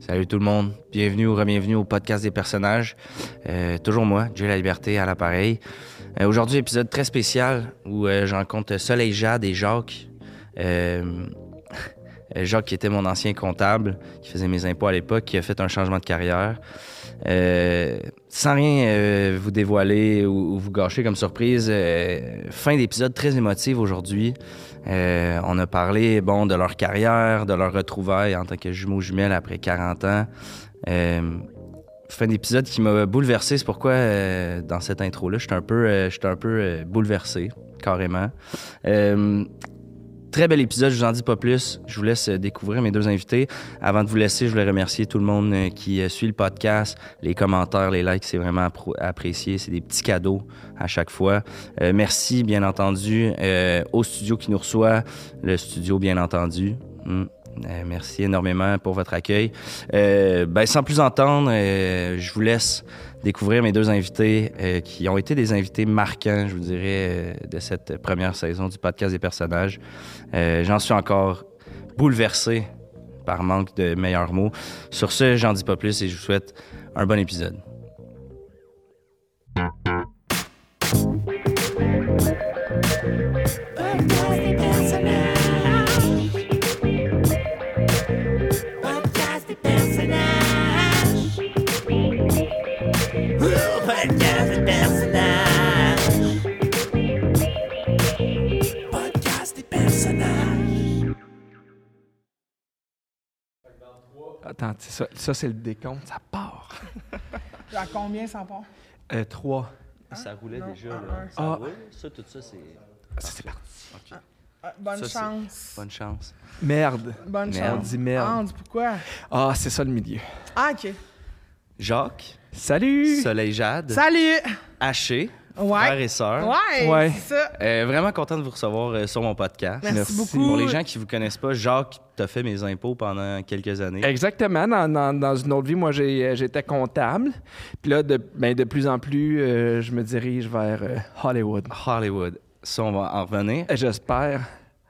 Salut tout le monde, bienvenue ou bienvenue au podcast des personnages. Euh, toujours moi, Jay La Liberté à l'appareil. Euh, Aujourd'hui, épisode très spécial où euh, je rencontre Soleil Jade et Jacques. Euh, Jacques qui était mon ancien comptable, qui faisait mes impôts à l'époque, qui a fait un changement de carrière. Euh, sans rien euh, vous dévoiler ou, ou vous gâcher comme surprise, euh, fin d'épisode très émotive aujourd'hui. Euh, on a parlé bon, de leur carrière, de leur retrouvaille en tant que jumeaux jumelles après 40 ans. Euh, fin d'épisode qui m'a bouleversé. C'est pourquoi euh, dans cette intro-là, j'étais un peu, euh, j'étais un peu euh, bouleversé, carrément. Euh, Très bel épisode, je vous en dis pas plus. Je vous laisse euh, découvrir mes deux invités. Avant de vous laisser, je voulais remercier tout le monde euh, qui euh, suit le podcast, les commentaires, les likes, c'est vraiment appro- apprécié. C'est des petits cadeaux à chaque fois. Euh, merci, bien entendu, euh, au studio qui nous reçoit, le studio, bien entendu. Mm. Euh, merci énormément pour votre accueil. Euh, ben, sans plus entendre, euh, je vous laisse découvrir mes deux invités euh, qui ont été des invités marquants, je vous dirais, euh, de cette première saison du podcast des personnages. Euh, j'en suis encore bouleversé par manque de meilleurs mots. Sur ce, j'en dis pas plus et je vous souhaite un bon épisode. Podcast des personnages. Podcast des personnages. Ouh, Podcast des personnages. Podcast des personnages. Attends, tu sais, ça, ça, c'est le décompte, ça part. À combien ça part? Euh, 3. Ça roulait Non, déjà, un, là. un. Ça Ah. roule. Ça, tout ça, c'est... Ça, c'est parti. Ah, bonne Ça, c'est- chance. Bonne chance. Merde. Bonne Merde. On chance. dit merde. Ah, on dit pourquoi? Ah, c'est ça le milieu. Ah, OK. Jacques, Salut! Soleil Jade, Salut! Haché, Ouais. frère et sœur. Ouais, Ouais. c'est ça. Euh, vraiment content de vous recevoir euh, sur mon podcast. Merci, Merci. beaucoup. Pour les gens qui vous connaissent pas, Jacques t'a fait mes impôts pendant quelques années. Exactement. Dans, dans- dans une autre vie, moi, j'ai- euh, j'étais comptable. Puis là, de, ben, de plus en plus, euh, je me dirige vers euh, Hollywood. Hollywood. Ça, on va en revenir. Euh, J'espère.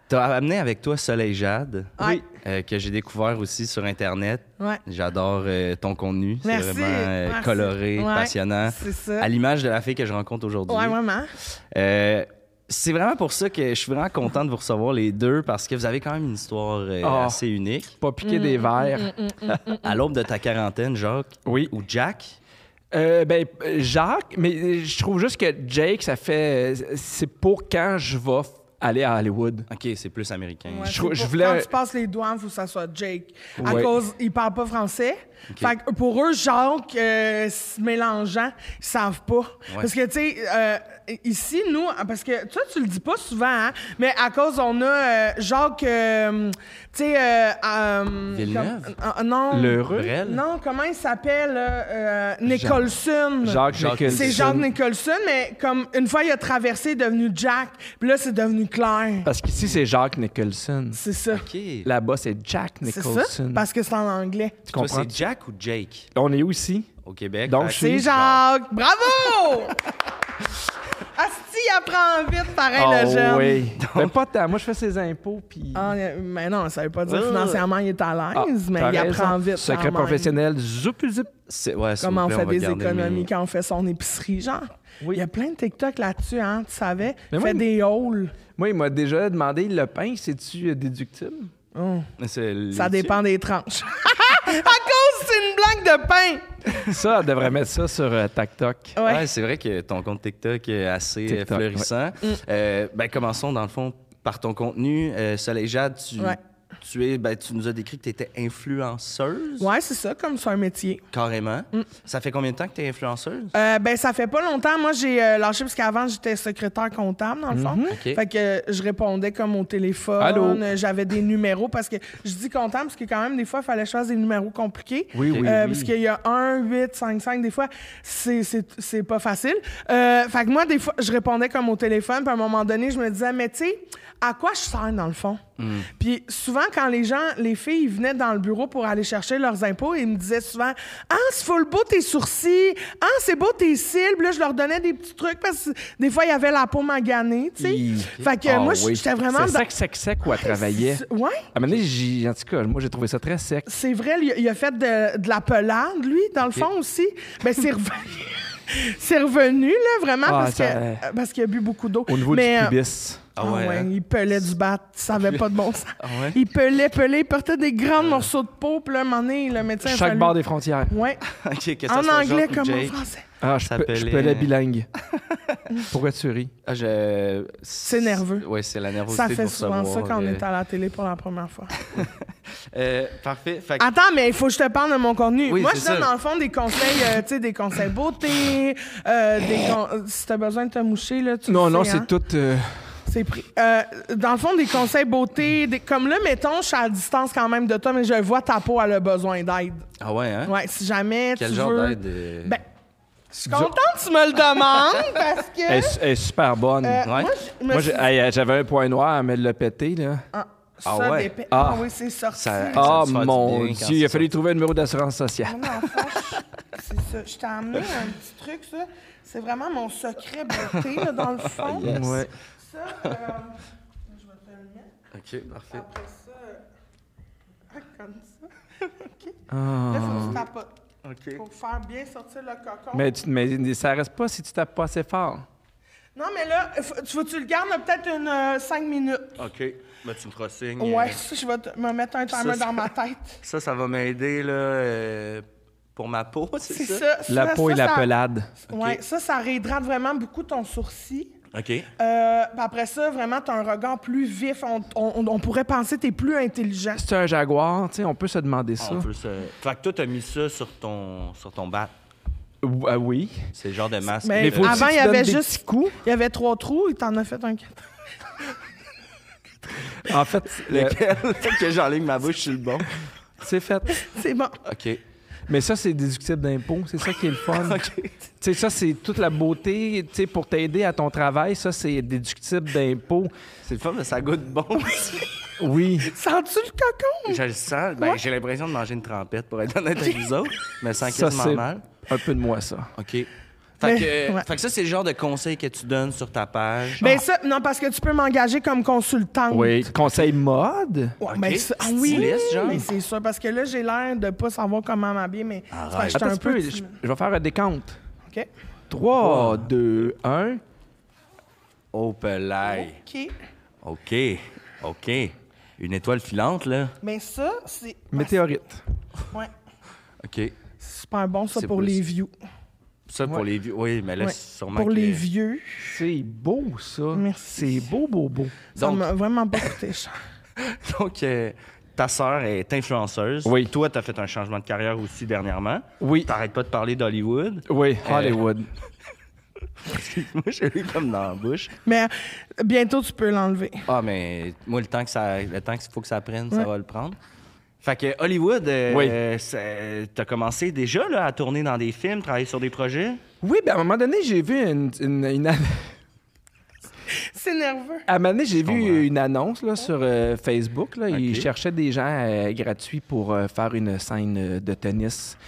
T'as amené avec toi Soleil Jade, Ouais. euh, que j'ai découvert aussi sur Internet. Ouais. J'adore euh, ton contenu. C'est Merci, vraiment euh, merci. coloré, Ouais, passionnant. C'est ça. À l'image de la fille que je rencontre aujourd'hui. Ouais, vraiment. Euh, c'est vraiment pour ça que je suis vraiment content de vous recevoir les deux parce que vous avez quand même une histoire euh, Ah. assez unique. Pas piquer des verres. À l'aube de ta quarantaine, Jacques Oui. ou Jack, Euh, ben, euh, Jacques, mais euh, je trouve juste que Jake, ça fait. euh, C'est pour quand je vais f- aller à Hollywood. ok, c'est plus américain. Ouais, Je c'est trou- je pour- voulais- Quand tu passes les douanes, il faut que ça soit Jake. À Ouais. cause, ils parlent pas français. Fait que pour eux, Jacques, euh, se mélangeant, ils savent pas. Parce que, tu sais, euh, ici, nous, parce que toi, tu le dis pas souvent, hein, mais à cause, on a euh, Jacques, euh, tu sais, euh, euh, Villeneuve? comme- euh, euh, non. L'heureux. Brel? Non, comment il s'appelle? euh, euh, Nicholson. Jacques, Jacques- Nicholson. C'est Jacques Nicholson, mais comme une fois il a traversé, il est devenu Jack, puis là c'est devenu Claire. Parce qu'ici, c'est Jacques Nicholson. C'est ça. Ok. Toi, Là-bas, c'est Jack C'est Nicholson. ça? Parce que c'est en anglais. tu comprends? c'est Jack ou Jake On est où ici? au Québec? Ah, Fait Donc, que je C'est suis- Jacques. Bravo! Asti, il apprend vite, pareil, le jeune. oui. Ben, Ah pas tant. Moi, je fais ses impôts, puis... Ah, mais non, ça veut pas dire Ah. financièrement il est à l'aise, Ah, mais t'as il raison. apprend vite. quand Secret même. professionnel, zoup, zoup. C'est, ouais, s'il vous Comment on plaît, fait va des garder économies mes- quand on fait son épicerie, genre. Oui. Il y a plein de TikTok là-dessus, hein, tu savais? Mais moi, fait il- des hauls. Moi, il m'a déjà demandé, le pain, c'est-tu euh, déductible? C'est Ça les- dépend des tranches. à cause, c'est une blague de pain! ça, elle devrait mettre ça sur euh, TikTok. Ouais. Ouais, c'est vrai que ton compte TikTok est assez euh, TikTok, florissant. Mm. Euh, ben, commençons, dans le fond, par ton contenu. Euh, Soleil Jade, tu, Ouais. tu, es, ben, tu nous as décrit que tu étais influenceuse, Ouais, c'est ça, comme c'est un métier. carrément. Mm. Ça fait combien de temps que tu es influenceuse? Euh, ben, ça fait pas longtemps. Moi, j'ai euh, lâché parce qu'avant, j'étais secrétaire comptable, dans le fond. OK. Fait que euh, je répondais comme au téléphone. Allô? Euh, J'avais des numéros parce que je dis comptable parce que quand même, des fois, il fallait que je fasse des numéros compliqués. Oui, oui, Euh, oui. Parce qu'il y a 1, 8, 5, 5, des fois, c'est- c'est c'est pas facile. Euh, fait que moi, des fois, je répondais Mm. comme au téléphone. Puis à un moment donné, je me disais, mais tu sais, à quoi je sers, dans le fond? Puis souvent, quand les gens, les filles, ils venaient dans le bureau pour aller chercher leurs impôts, ils me disaient souvent Ah, c'est full beau tes sourcils. Ah, c'est beau tes cils. Puis là, je leur donnais des petits trucs parce que des fois, il y avait la peau maganée, tu sais. Hi. Fait que Ah moi, oui. j'étais vraiment. C'est sec, sec, sec où elle travaillait. C'est- Ouais. À un moment donné, j'y- en tout cas, moi, j'ai trouvé ça très sec. C'est vrai, il a, il a fait de, de la pelade, lui, dans le fond aussi. Ben, c'est revenu. c'est revenu, là, vraiment, Ah, parce, ça, que, euh, parce qu'il a bu beaucoup d'eau. Au niveau Mais, euh, du pubis. Ah Ah ouais, ouais, hein? il pelait du bat, ça avait pas de bon sens. Ah ouais? Il pelait, pelait, il portait des grands morceaux de peau, puis là, un moment donné, le médecin a Chaque fallu- barre des frontières. Ouais, Ok, que ça en soit anglais Jacques ou comme en Jake. français. Ah, je, Ça peux, je s'appelait- euh, pelais bilingue. Pourquoi tu ris? Ah, je... C'est nerveux. Oui, c'est la nervosité Ça fait de vous souvent ça recevoir, quand on euh. est à la télé pour la première fois. Euh, parfait. Fait que- Attends, mais il faut que je te parle de mon contenu. Oui, Moi, c'est je donne ça. dans le fond des conseils, euh, tu sais, des conseils beauté, euh, des con- euh, si t'as besoin de te moucher, là, tu Non, le non, sais, c'est hein. tout. euh, C'est pris. Euh, dans le fond, des conseils beauté, des- comme là, mettons, je suis à distance quand même de toi, mais je vois ta peau, elle a besoin d'aide. Ah ouais, hein? Ouais, si jamais Quel tu genre veux... d'aide? euh? Ben, je suis contente que tu me le demandes, parce que... Elle, est su- elle est super bonne. euh, Ouais. Moi, je me Moi, suis- j'ai- hey, j'avais un point noir, mais elle l'a pété, là. Ah, ça Ah ouais. dépend. Ah. Ah oui, c'est sorti. Ça- Ah, Ah. te fera du mon bien quand Dieu, il a c'est fallu trouver un numéro d'assurance sociale. Mon ah. enfant, je- c'est ça. Je t'ai amené un petit truc, ça. C'est vraiment mon secret beauté, là, dans le fond. Ouais. Ça, euh, je vais te le OK, mettre. parfait. Après ça, euh, ah, comme ça. OK. Ah. Là, faut que tu tapotes. OK. Pour faire bien sortir le cocon. Mais, tu, mais ça reste pas si tu tapes pas assez fort. Non, mais là, faut- tu, faut- tu le gardes là, peut-être une 5 minutes. OK. Ben, tu me feras signe. Ouais, euh, ça, je vais te- me mettre un timer Ça, ça- dans ma tête. Ça, ça va m'aider, là, euh, pour ma peau, c'est C'est ça? ça. La ça, peau ça, et la ça- pelade. Ouais, ça, ça réhydrate vraiment beaucoup ton sourcil. OK. Euh, puis après ça, vraiment, t'as un regard plus vif. On, on- on pourrait penser que t'es plus intelligent. Si tu un jaguar, tu sais, on peut se demander ça. On peut se... Fait que toi, t'as mis ça sur ton, sur ton bat. Ou- ah oui. C'est le genre de masque. de- Mais faut aussi Ben, avant, que il y tu donnes avait des juste. coups. Il y avait trois trous, il t'en a fait un quatre. En fait, le- que j'enligne ma bouche, je suis le bon. c'est fait. C'est bon. OK. Mais ça, c'est déductible d'impôts. C'est ça qui est le fun. OK. Tu sais, ça, c'est toute la beauté. Tu sais, pour t'aider à ton travail, ça, c'est déductible d'impôts. C'est le fun, mais ça goûte bon. Oui. Sens-tu le cocon? je le sens. Ben, j'ai l'impression de manger une trompette, pour être honnête avec vous autres. Mais sans Ça, quasiment c'est mal. un peu de moi, ça. OK. Fait, Mais- que, ouais. fait que ça, c'est le genre de conseil que tu donnes sur ta page. Ben ça, non, parce que tu peux m'engager comme consultante. Conseil mode? Ouais, Ok. ben ça- ah oui, Styliste, genre. mais c'est ça, parce que là, j'ai l'air de pas savoir comment m'habiller, mais c'est parce que Arrête. j'étais Attends un un peu... peu. Je, je vais faire un décompte. OK. 3, 2, 1. Oh, pelaille. OK. OK. OK. Une étoile filante, là. Mais ça, c'est... Météorite. Ouais. OK. C'est super bon, ça, C'est pour plus- les vieux. Ça, pour Ouais. les vieux. Oui, mais là, Ouais. c'est sûrement Pour que- les vieux, C'est beau, ça. Merci. C'est beau, beau, beau. ça Donc- m'a vraiment pas coûté cher. Donc, euh, ta sœur est influenceuse. Oui. Toi, t'as fait un changement de carrière aussi dernièrement. Oui. T'arrêtes pas de parler d'Hollywood. Oui, Hollywood. Moi, j'ai eu comme dans la bouche. Mais euh, bientôt, tu peux l'enlever. Ah, mais moi, le temps que ça, le temps qu'il faut que ça prenne, ça Ouais. va le prendre. Fait que Hollywood, euh, Oui. c'est- t'as commencé déjà là, à tourner dans des films, travailler sur des projets. Oui, ben à un moment donné, j'ai vu une. une- une an- C'est nerveux. à un moment donné, j'ai comprends. vu une annonce là, sur euh, Facebook. Là. Ils Ok. cherchaient des gens euh, gratuits pour euh, faire une scène euh, de tennis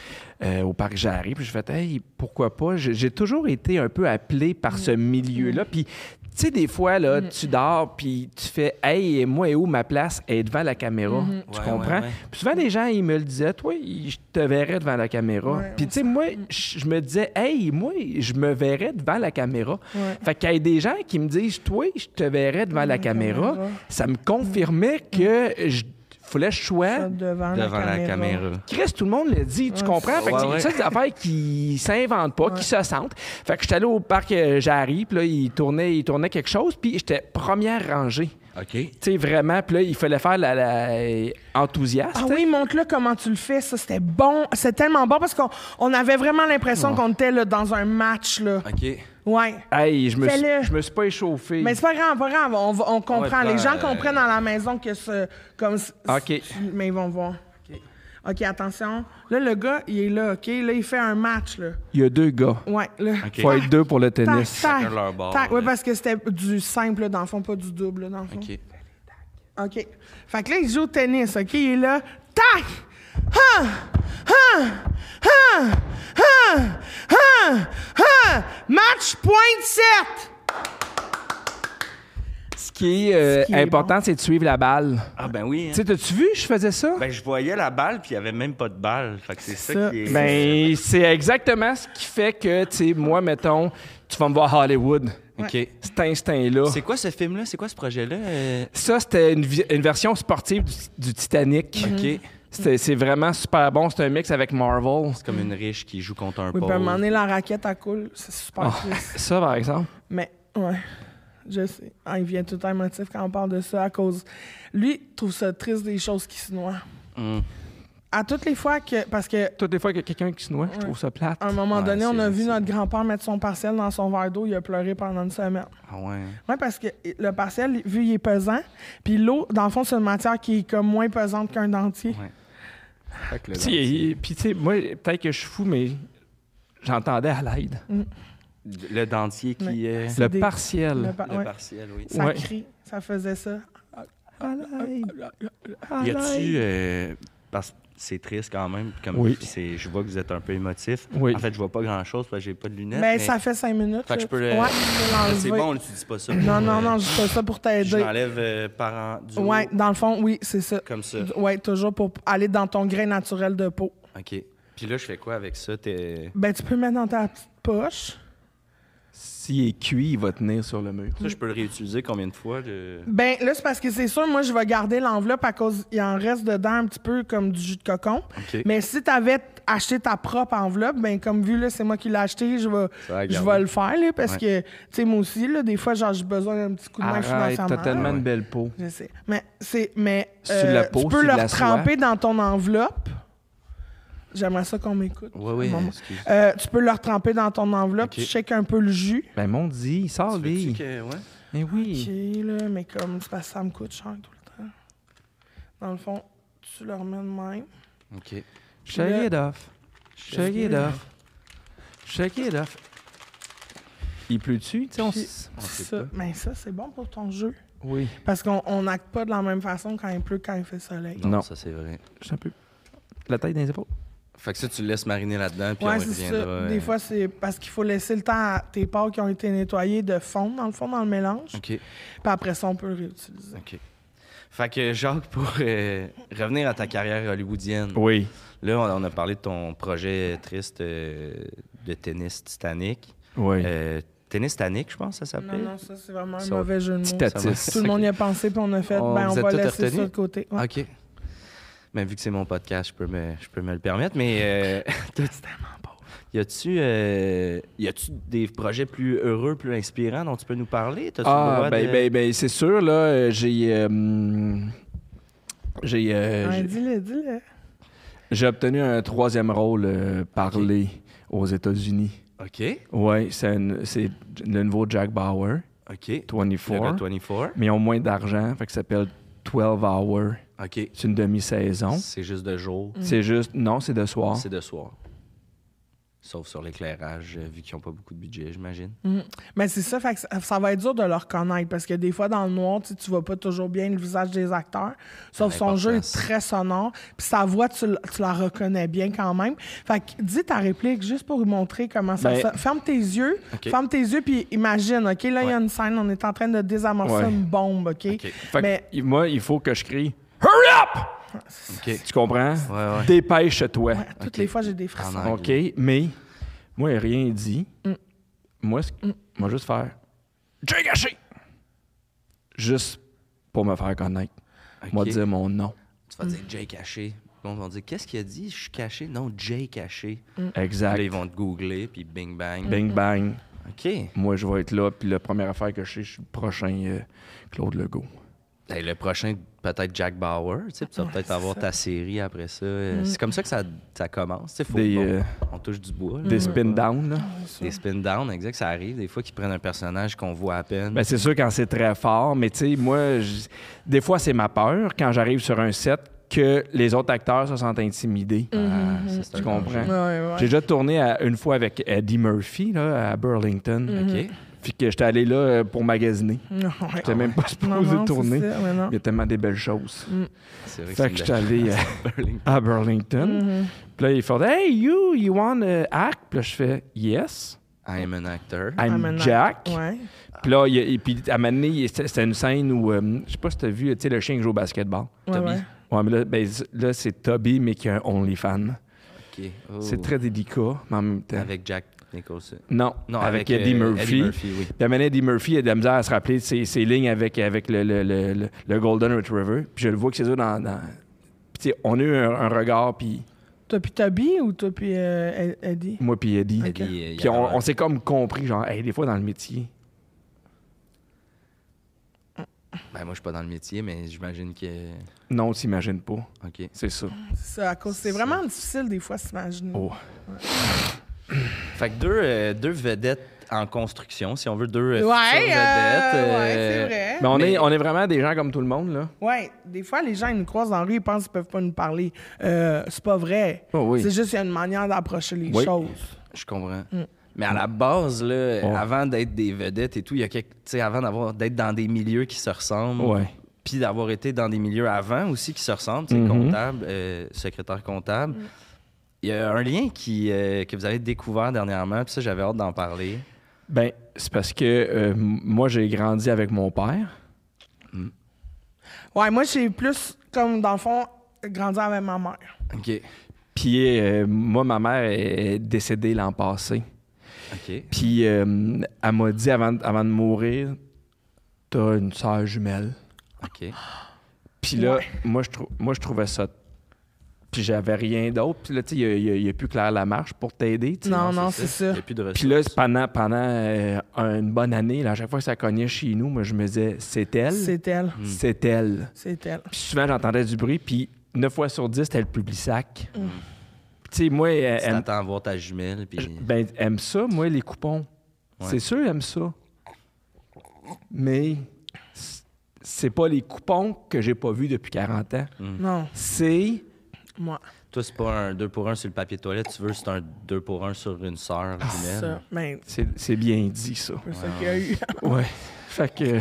euh, au Parc Jarry. Puis j'ai fait, hey, pourquoi pas? J'ai j'ai toujours été un peu appelé par ce milieu-là. Puis, tu sais, des fois, là, tu dors, puis tu fais, hey, moi, est où ma place? Elle est devant la caméra. Tu Ouais, comprends? ouais, ouais. Puis souvent, les gens, ils me le disaient, toi, je te verrais devant la caméra. Ouais, Mm. Puis, tu sais, moi, je je me disais, hey, moi, je me verrais devant la caméra. Fait qu'il y a des gens qui me disent, toi, je te verrais devant Mm, la caméra. Ça me confirmait que je fallait que je sois. Ça, devant, Devant la caméra. Chris, tout le monde le dit, tu comprends? Fait que Ouais, c'est- ouais. ça, c'est des affaires qui s'inventent pas, qui se sentent. Fait que j'étais allé au parc euh, Jarry, puis là, il tournait, il tournait quelque chose, puis j'étais première rangée. OK. Tu sais, vraiment, puis là, il fallait faire la, la- euh, enthousiaste. Ah oui, montre-le comment tu le fais. Ça, c'était bon. C'est tellement bon parce qu'on on avait vraiment l'impression qu'on était là, dans un match. Là. OK. Ouais. Hey, je me, suis, Fais-le. je me suis pas échauffé. Mais c'est pas grave, pas grave. On, va- on comprend. Ouais, Les gens prends, euh, comprennent à la maison que ce. Comme, c- OK. Mais ils vont voir. OK, attention. Là, le gars, il est là, OK? Là, il fait un match, là. Il y a deux gars. Ouais, là. OK. Faut être deux pour le Tac, tennis. tac, Chacun leur bord, tac. Ouais, là. parce que c'était du simple, là, dans le fond, pas du double, là, dans le fond. OK. OK. Fait que là, il joue au tennis, OK? Il est là. Tac! Hein! Ha! Ha! Ha! Ha! Ha! Ha! Hein! Match point 7! Ce qui est, euh, Ce qui est important, c'est de suivre la balle. Ah, ben oui. hein. Tu sais, t'as-tu vu, je faisais ça? Ben, je voyais la balle, puis il n'y avait même pas de balle. Fait que c'est ça, Ça. qui est. Ben, c'est exactement ce qui fait que, tu sais, moi, mettons, tu vas me voir à Hollywood. OK. Cet instinct-là. C'est quoi ce film-là? C'est quoi ce projet-là? Euh, Ça, c'était une, vi- une version sportive du, du Titanic. Mhm. OK. C'était- C'est vraiment super bon. C'est un mix avec Marvel. C'est comme une riche qui joue contre un Oui, ben, peut pauvre. m'emmener la raquette à coule. C'est super Ah. Oh, triste. ça, par exemple. Mais, ouais. Je sais. Ah, il vient tout un motif quand on parle de ça à cause. Lui, il trouve ça triste des choses qui se noient. Hum. À toutes les fois que. Parce que. Toutes les fois qu'il y a quelqu'un qui se noie, je trouve ça plate. À un moment Ouais, donné, on c'est- a vu c'est- notre grand-père mettre son partiel dans son verre d'eau, il a pleuré pendant une semaine. Ah ouais. Oui, parce que le partiel, vu il est pesant, puis l'eau, dans le fond, c'est une matière qui est comme moins pesante qu'un dentier. Ouais. Fait que le Puis, il- puis, tu sais, moi, peut-être que je suis fou, mais j'entendais à l'aide. dentier, le dentier qui est. Le des- Le partiel. par- Le ouais. partiel, oui. Ça Ouais. crie, ça faisait ça. Ah, Y a-tu. euh, parce que c'est triste quand même. Comme Oui. c'est- Je vois que vous êtes un peu émotif. Oui. En fait, je vois pas grand-chose parce que j'ai pas de lunettes. Mais, Ben, ça fait cinq minutes. Fait que là. je peux le- Ouais, je C'est peux l'enlever. bon, tu dis pas ça. euh, Non, non, non, je fais ça pour Je t'aider. l'enlève euh, par en. Du Ouais, haut, dans le fond, oui, c'est ça. Comme ça. Ouais, toujours pour aller dans ton grain naturel de peau. OK. Puis là, je fais quoi avec ça? T'es- Ben, tu peux le mettre dans ta petite poche. S'il est cuit, il va tenir sur le mur. Ça, je peux le réutiliser combien de fois? le- Ben là, c'est parce que c'est sûr, moi, je vais garder l'enveloppe à cause il en reste dedans un petit peu comme du jus de cocon. OK. Mais si tu avais acheté ta propre enveloppe, ben comme vu, là, c'est moi qui l'ai acheté, je vais, Ça va je garder. vais le faire, là, parce que, tu sais, moi aussi, là, des fois, genre, j'ai besoin d'un petit coup de main Arrête, financièrement. t'as tellement Ouais. une belle peau. Je sais. Mais, c'est, mais euh, Sur la peau, tu peux sur le la soie. tremper dans ton enveloppe. J'aimerais ça qu'on m'écoute. Ouais, ouais, Maman. excuse. Euh, tu peux le tremper dans ton enveloppe, OK. tu checkes un peu le jus. Ben, mon dit, sors Tu veux-tu lui. que- ouais? Mais Ok, oui. là, mais comme, c'est parce que ça me coûte cher tout le temps. Dans le fond, tu le remets de même. OK. Shake it off. Shake it off. Shake it off. Il pleut-tu? Tu sais, on s- sait Ça, mais ça, c'est bon pour ton jeu. Oui. Parce qu'on on n'acte pas de la même façon quand il pleut, quand il fait soleil. Non, Non. ça, c'est vrai. J'ai un peu la tête dans les épaules. Fait que ça, tu le laisses mariner là-dedans, puis ouais, on c'est ça. reviendra. Des euh, fois, c'est parce qu'il faut laisser le temps à tes pâtes qui ont été nettoyées de fondre, dans le fond, dans le mélange. OK. Puis après ça, on peut le réutiliser. OK. Fait que, Jacques, pour euh, revenir à ta carrière hollywoodienne, Oui. là, on, on a parlé de ton projet triste euh, de tennis Titanic. Oui. Euh, tennis Titanic, je pense, que ça Non, s'appelle. non, ça, c'est vraiment un Ça- mauvais jeu de mots. Titatis. Tout le monde y a pensé, puis on a fait, On ben, on vous a va tout laisser retenu? ça de côté. Ouais. OK. Mais vu que c'est mon podcast, je peux me, je peux me le permettre. Mais euh, C'est tellement beau. y a-tu euh, y a-tu des projets plus heureux, plus inspirants dont tu peux nous parler? T'as-tu le Ah, droit ben, de- ben, ben, c'est sûr, là, euh, j'ai... euh, hum, j'ai, euh, Ouais, j'ai- dis-le, dis-le. j'ai obtenu un troisième rôle euh, parlé aux États-Unis. OK. Oui, c'est un- c'est le nouveau Jack Bauer, OK. 24, Le gars 24. mais ils ont moins d'argent, fait que ça s'appelle 12 Hour. OK. C'est une demi-saison. C'est juste de jour. Mm. C'est juste... Non, c'est de soir. Hmm. C'est de soir. Sauf sur l'éclairage, euh, vu qu'ils n'ont pas beaucoup de budget, j'imagine. Mm. Mais c'est ça, fait que ça, ça va être dur de le reconnaître parce que des fois, dans le noir, tu sais, tu vois pas toujours bien le visage des acteurs. Sauf C'est son jeu est important, ça. très sonore. Puis sa voix, tu, l- tu la reconnais bien quand même. Fait que dis ta réplique juste pour lui montrer comment ça Ben- sonne. Ferme tes yeux. OK. Ferme tes yeux, puis imagine, OK, là, il y a Ouais. une scène, on est en train de désamorcer Ouais. une bombe, OK? Fait que Mais il- moi, il faut que je crie « Hurry up! OK. » Tu comprends? Ouais, ouais. Dépêche-toi. toutes les fois, j'ai des frissons. Ah non. OK, mais moi, il a rien dit. Hmm. Moi, ce- moi, juste faire J'ai gâché! Juste pour me faire connaître. Moi, Ok. dire mon nom. Tu vas dire Jay caché. Le monde va dire Qu'est-ce qu'il a dit Je suis caché. Non, Jay caché. Puis Exact. Là, ils vont te googler, puis bing bang. Mm-hmm. Bing bang. OK. Hey, Moi, je vais être là. Puis la première affaire que je sais, je suis le prochain euh, Claude Legault. Mm-hmm. le prochain, peut-être Jack Bauer. Tu sais, puis tu vas peut-être avoir ta série après ça. Euh, C'est comme ça que ça, ça commence. Tu sais, faut Des, qu'on- euh, on, touche du bois. là. Des spin down, là. Des spin-down, exact. Ça arrive des fois qu'ils prennent un personnage qu'on voit à peine. Ben, c'est sûr quand c'est très fort, mais tu sais, moi, je- des fois, c'est ma peur quand j'arrive sur un set que les autres acteurs se sentent intimidés. Ah, ça, c'est Tu un danger. comprends? Mm-hmm. Ouais, ouais. Mm-hmm. J'ai déjà tourné à- une fois avec Eddie Murphy là, à Burlington. OK. Puis que j'étais allé là euh, pour magasiner. Non, J'étais même pas Ah Non, supposé non, c'est tourner. ça, Mm. mais non. Il y a tellement des belles choses. C'est vrai que Fait que c'est j'étais une belle- allé euh, à Burlington. Mm-hmm. Puis là, il fait Hey, you, you want to act? Puis là, je fais Yes, I'm an actor. Ah, I'm maintenant. Jack. Ouais. Puis là, il, y a- et puis à un moment donné, il- c'était c'était une scène où, euh, je sais pas si t'as vu, tu sais, le chien qui joue au basketball. Ouais, Toby. ouais. Ouais, mais là, ben, z- là, c'est Toby, mais qui a un OnlyFan. OK. Oh. C'est très délicat, mais en même temps. Avec Jack Nicholson. Non, Non, avec, avec, Eddie euh, Murphy. Eddie Murphy, oui. Puis à un moment donné, Eddie Murphy a de la misère à se rappeler de ses, ses lignes avec, avec le, le- le- le- le Golden Retriever. Puis je le vois que c'est ça dans. dans... Puis tu sais, on a eu un, un regard, puis Toi puis Toby ou toi puis euh, Ed- Eddie? moi, puis Eddie. Eddie, euh, il Puis a- on, on s'est comme compris, genre, hey, des fois dans le métier. Ben, moi, je suis pas dans le métier, mais j'imagine que. Non, on s'imagine pas. OK. C'est ça. C'est ça, à cause. C'est vraiment difficile des fois s'imaginer. Oh. Fait que deux, euh, deux vedettes en construction, si on veut, deux euh, Ouais, futures vedettes. euh, ouais, euh, c'est vrai. Mais on, Mais- Est, on est vraiment des gens comme tout le monde, là. Ouais, des fois, les gens, ils nous croisent dans la rue, ils pensent qu'ils peuvent pas nous parler. Euh, c'est pas vrai. Oh oui. C'est juste qu'il y a une manière d'approcher les Oui. choses. Je comprends. Mm. Mais à la base, là, Ouais. avant d'être des vedettes et tout, il y a quelques, tu sais, avant d'avoir d'être dans des milieux qui se ressemblent, Ouais. puis d'avoir été dans des milieux avant aussi qui se ressemblent, tu sais, Mhm. comptable, euh, secrétaire comptable, Mm. il y a un lien qui, euh, que vous avez découvert dernièrement, puis ça, j'avais hâte d'en parler. Ben, c'est parce que euh, m- moi, j'ai grandi avec mon père. Ouais, moi, j'ai plus, comme dans le fond, grandi avec ma mère. OK. Puis euh, moi, ma mère est est décédée l'an passé. OK. Puis euh, elle m'a dit avant, avant de mourir, t'as une sœur jumelle. OK. Puis là, moi, je trou- moi, je trouvais ça. Puis j'avais rien d'autre. Puis là, tu sais, il n'y a, plus Claire Lamarche pour t'aider. tu sais. Non, Ah non, c'est Il ça. n'y a plus de Puis ressources. là, c'est pendant, pendant euh, une bonne année, là, à chaque fois que ça cognait chez nous, moi, je me disais, c'est elle. Mm. C'est elle. C'est elle. C'est elle. Puis souvent, j'entendais du bruit, puis 9 fois sur 10, c'était le public sac. Tu sais, moi, elle, Tu elle- t'attends à voir ta jumelle, puis... ben, elle aime ça, moi, les coupons. Ouais. C'est sûr, elle aime ça. Mais c- c'est pas les coupons que j'ai pas vus depuis 40 ans. Non, C'est. moi. Toi, c'est pas un 2 pour 1 sur le papier de toilette, tu veux, c'est un 2 pour 1 sur une sœur jumelle. Ah, Ça, ben, C'est c'est bien dit, ça. c'est ça qu'il y a eu. Ouais. Fait que.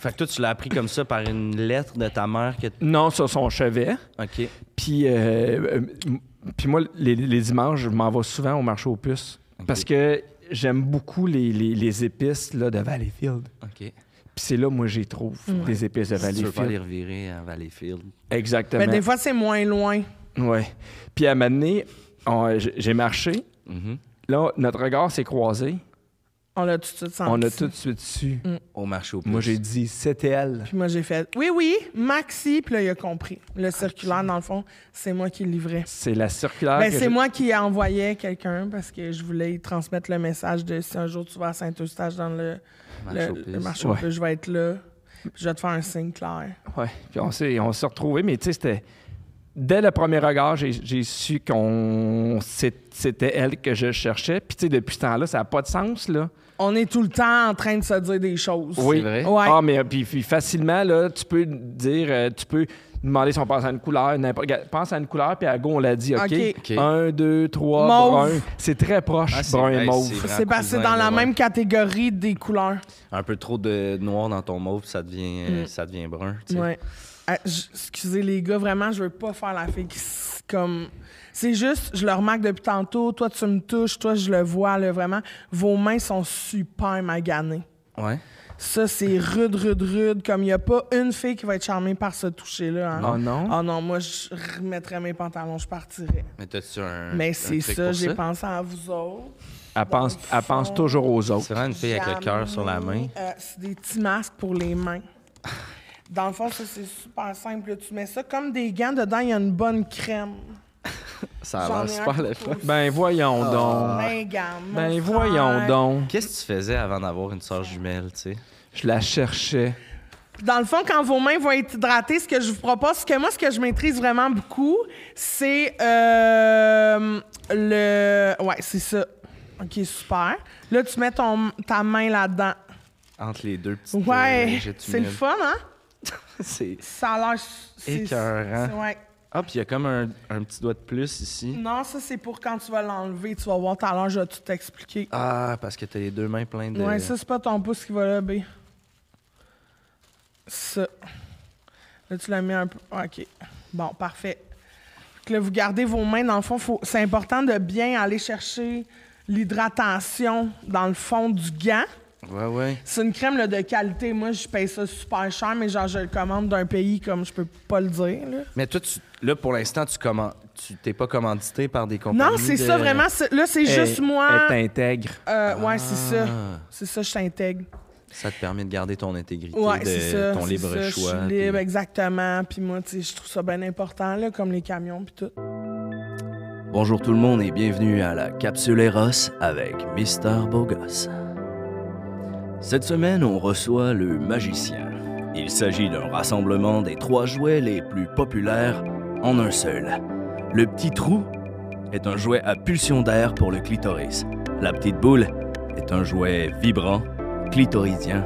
Fait que toi, tu l'as appris comme ça par une lettre de ta mère que... Non, sur son chevet. OK. Puis, euh, euh, m- puis moi, les, les dimanches, je m'en vais souvent au marché aux puces. Parce que j'aime beaucoup les, les- les épices là, de Valleyfield. OK. Puis c'est là, moi, j'y trouve des épices de Si tu veux pas les Valleyfield. revirer à Valleyfield. Exactement. Mais Ben, des fois, c'est moins loin. Ouais. Puis à un moment donné, on- j- j'ai marché. Mhm. Là, notre regard s'est croisé. On l'a tout de suite senti. On a tout de suite su. Mm. Au marché au Moi, j'ai dit, c'était elle. Puis moi, j'ai fait « Oui, oui, Maxi. » Puis là, il a compris. Le circulaire, dans le fond, c'est moi qui le livrais. C'est la circulaire. Ben, que c'est Ah, je- moi qui envoyais quelqu'un parce que je voulais y transmettre le message de si un jour tu vas à Saint-Eustache dans le, Marche le- aux le puces. marché aux Ouais. puces, je vais être là. Puis je vais te faire un signe clair. Ouais. Puis on s'est, on s'est retrouvés, mais tu sais, c'était. Dès le premier regard, j'ai, j'ai su qu'on c'est- c'était elle que je cherchais. Puis tu sais, depuis ce temps-là, ça n'a pas de sens, là. On est tout le temps en train de se dire des choses. Oui. vrai? Ouais. Ah, mais euh, puis, puis facilement, là, tu peux dire, euh, tu peux demander si on pense à une couleur, n'importe. regarde, Pense à une couleur, puis à go, on l'a dit, OK. OK. OK. Un, deux, trois, Mauve. brun. C'est très proche, Ah, c'est- brun et hey, mauve. c'est- C'est passé dans la Ouais. même catégorie des couleurs. Un peu trop de noir dans ton mauve, ça devient, euh, ça devient brun. tu sais. Mm. Ouais. Ah, j- excusez les gars, vraiment, je veux pas faire la fille qui s- comme. C'est juste, je le remarque depuis tantôt. Toi, tu me touches. Toi, je le vois, là, vraiment. Vos mains sont super maganées. Ouais. Ça, c'est rude, rude, rude. Comme il n'y a pas une fille qui va être charmée par ce toucher-là. hein. Non, non. Ah non, moi, je remettrais mes pantalons, je partirais. Mais t'as-tu un. Mais un c'est truc ça, pour j'ai pensé à vous autres. Elle pense, elle pense toujours aux C'est autres. vraiment une fille avec le cœur sur la main. Jamais, euh, c'est des petits masques pour les mains. Dans le fond, ça, c'est super simple. là. Tu mets ça comme des gants. Dedans, il y a une bonne crème. Ça J'en avance ai un super qui le pousse. fun. euh, Ben voyons donc. Ben, gamme, mon Ben frère. voyons donc. Qu'est-ce que tu faisais avant d'avoir une sœur jumelle, tu sais? Je la cherchais. Dans le fond, quand vos mains vont être hydratées, ce que je vous propose, ce que moi, ce que je maîtrise vraiment beaucoup, c'est euh, le... Ouais, c'est ça. OK, super. Là, tu mets ton, ta main là-dedans. Entre les deux petites. Ouais, euh, jets de c'est le jumelles. fun, hein? C'est- Ça a l'air... c'est- Écœurant. c'est- Ouais. Ah, puis il y a comme un, un petit doigt de plus ici. Non, ça, c'est pour quand tu vas l'enlever. Tu vas voir tout à l'heure, je vais tout t'expliquer. Ah, parce que t'as les deux mains pleines de. Ouais, ça, c'est pas ton pouce qui va là, B. Ça. Là, tu la mets un peu. OK. Bon, parfait. Fait que là, vous gardez vos mains. Dans le fond, faut... c'est important de bien aller chercher l'hydratation dans le fond du gant. Ouais, ouais. C'est une crème là, de qualité. Moi, je paye ça super cher, mais genre, je le commande d'un pays comme je peux pas le dire. là. Mais toi, tu- là, pour l'instant, tu commandes. Tu t'es pas commandité par des compagnies. Non, c'est de- Eh, ça, vraiment. c'est- Là, c'est juste moi. Elle t'intègre. Euh, ouais, c'est ça. Ah. C'est ça, je t'intègre. Ça te permet de garder ton intégrité, Ouais, de- c'est ça. ton c'est libre choix. ça, Je suis puis- libre, exactement. Puis moi, tu sais, je trouve ça bien important, là, comme les camions, puis tout. Bonjour tout le monde et bienvenue à la Capsule Eros avec Mister Bogos. Cette semaine, on reçoit le magicien. Il s'agit d'un rassemblement des trois jouets les plus populaires en un seul. Le petit trou est un jouet à pulsion d'air pour le clitoris. La petite boule est un jouet vibrant, clitoridien.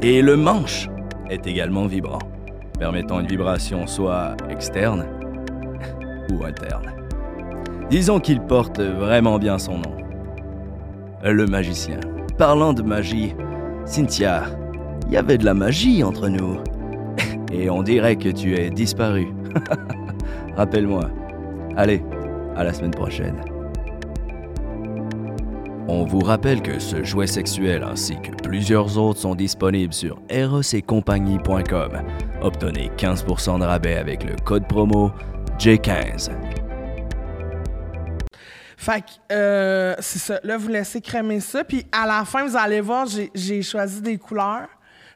Et le manche est également vibrant, permettant une vibration soit externe ou interne. Disons qu'il porte vraiment bien son nom. Le magicien. Parlant de magie, Cynthia, il y avait de la magie entre nous. Et on dirait que tu es disparu. Rappelle-moi. Allez, à la semaine prochaine. On vous rappelle que ce jouet sexuel ainsi que plusieurs autres sont disponibles sur erosetcompagnie.com. Obtenez 15% de rabais avec le code promo J15. Fait que, euh, c'est ça. Là, vous laissez crémer ça. Puis à la fin, vous allez voir, j'ai- j'ai choisi des couleurs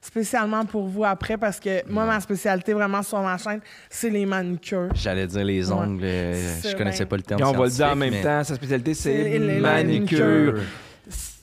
spécialement pour vous après, parce que moi, ma spécialité vraiment sur ma chaîne, c'est les manicures. J'allais dire les ongles, euh, C'est je ça, connaissais ben. pas le terme. Et on va le dire en scientifique, même temps, sa spécialité, C'est c'est les manicure. manicures.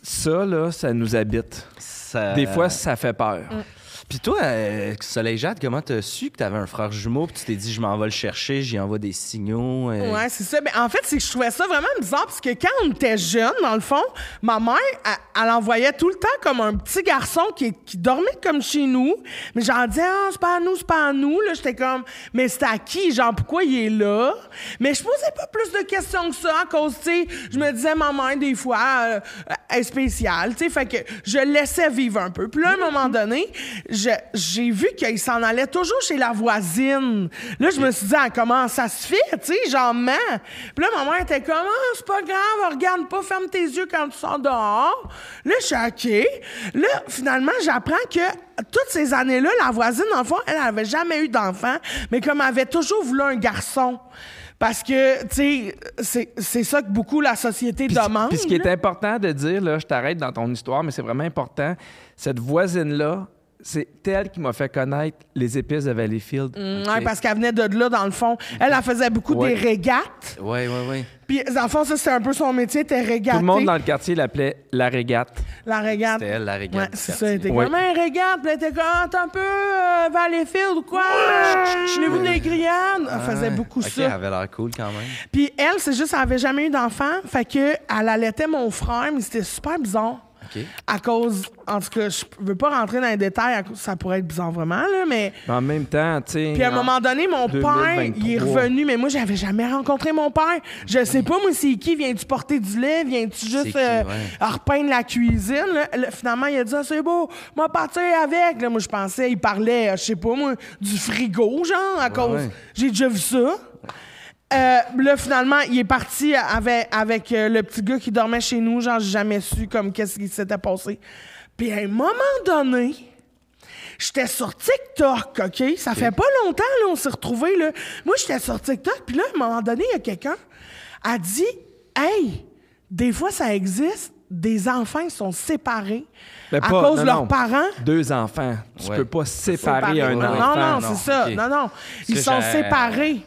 Ça, là, ça nous habite. mais ça- Des fois, ça fait peur. Mm. Puis toi, euh, Soleil Jade, comment t'as su que t'avais un frère jumeau puis tu t'es dit je m'en vais le chercher, j'y envoie des signaux. euh, Ouais, c'est ça. Mais en fait, c'est que je trouvais ça vraiment bizarre parce que quand on était jeune, dans le fond, ma mère, elle, elle envoyait tout le temps comme un petit garçon qui, qui dormait comme chez nous. Mais j'en disais, ah, c'est pas à nous, c'est pas à nous. Là, j'étais comme, mais c'est à qui? Genre, pourquoi il est là? Mais je posais pas plus de questions que ça à cause, tu sais, je me disais, ma mère, des fois, euh, elle est spéciale, tu sais. Fait que je laissais vivre un peu. Puis là, à un moment donné, je- j'ai vu qu'il s'en allait toujours chez la voisine. Là, je me suis dit, ah, comment ça se fait, tu sais, genre, man. Puis là, ma mère était comme, ah, c'est pas grave, regarde pas, ferme tes yeux quand tu sors dehors. Là, je suis OK. Là, finalement, j'apprends que toutes ces années-là, la voisine, dans le fond, elle n'avait jamais eu d'enfant, mais comme elle avait toujours voulu un garçon. Parce que, tu sais, c'est- c'est ça que beaucoup la société Puis, demande. puis ce qui est là. important de dire, là, je t'arrête dans ton histoire, mais c'est vraiment important. Cette voisine-là, c'est elle qui m'a fait connaître les épices de Valleyfield. Mm, Ouais, parce qu'elle venait de là, dans le fond. Elle, elle faisait beaucoup Ouais. des régates. Ouais, ouais, ouais. Puis, dans le fond, ça, c'était un peu son métier, était régaté. Tout le monde dans le quartier l'appelait la régate. La régate. C'était elle, la régate Ouais, du c'est ça. quartier. Elle était Ouais. comme, Hey, régate. Puis, elle était comme, Ah, t'es un peu euh, Valleyfield ou quoi? Je l'ai vu des grillades. Elle faisait beaucoup Ah, Ok, ça. Elle avait l'air cool quand même. Puis elle, c'est juste, elle avait jamais eu d'enfant. Fait que elle allaitait mon frère, mais c'était super bizarre. OK. À cause, en tout cas, je veux pas rentrer dans les détails, à cause- ça pourrait être bizarre vraiment, là, mais. Mais en même temps, tu sais. Puis à un en- moment donné, mon père, 2023. il est revenu, mais moi, j'avais jamais rencontré mon père. Je sais pas, moi, c'est qui? Viens-tu porter du lait? Viens-tu juste qui, euh, ouais. repeindre la cuisine? là? Là, finalement, il a dit, Ah, c'est beau, moi, partir avec. Là, moi, je pensais, il parlait, euh, je sais pas, moi, du frigo, genre, à cause. ouais. J'ai déjà vu ça. Euh, là, finalement, il est parti avec, avec euh, le petit gars qui dormait chez nous. Genre, j'ai jamais su comme qu'est-ce qui s'était passé. Puis à un moment donné, j'étais sur TikTok, OK? Ça fait pas longtemps, là, on s'est retrouvés, là. Moi, j'étais sur TikTok, puis là, à un moment donné, il y a quelqu'un a dit « Hey, des fois, ça existe, des enfants ils sont séparés Ben à pas- cause non, de leurs non. parents. » Deux enfants. Tu Ouais. peux pas séparer un non, enfant. non, non, non, c'est ça. ok. Non, non. Ils que sont j'ai- séparés.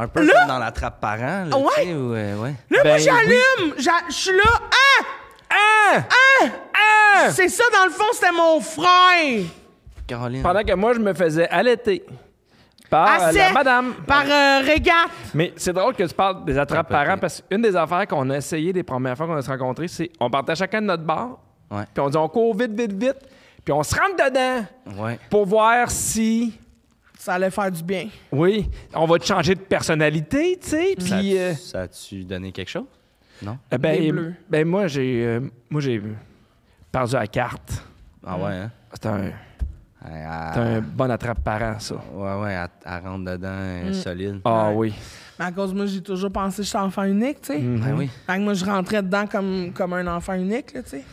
Un peu Là- comme dans la trappe parent. Là, Ouais. tu sais, ou, euh, ouais. Là, moi, Ben j'allume! J'a- Je suis là. Ah! Hein? Ah! Hein? C'est ça, dans le fond, c'était mon frère! Caroline. Pendant que moi, je me faisais allaiter par Ah, euh, la c'est- madame. Par euh, régate. Mais c'est drôle que tu parles des attrapes parents parce qu'une des affaires qu'on a essayé les premières fois qu'on a se rencontrés, c'est on partait chacun de notre bar, Ouais. puis on dit on court vite, vite, vite, puis on se rentre dedans Ouais. pour voir si ça allait faire du bien. Oui, on va te changer de personnalité, tu sais. Ça a- Puis, euh, Ça a-tu donné quelque chose? Non? euh, Les ben, bleus. ben, moi, j'ai euh, moi j'ai perdu la carte. Ah Hmm. ouais, hein? C'était un, Ouais, elle- c'était un bon attrape-parent, ça. Ouais, ouais, elle, elle rentre dedans euh, Hmm. solide. Ah oui. Mais à cause, moi, j'ai toujours pensé que j'étais enfant unique, tu sais. Ben oui. Fait que moi, je rentrais dedans comme, comme un enfant unique, là, tu sais.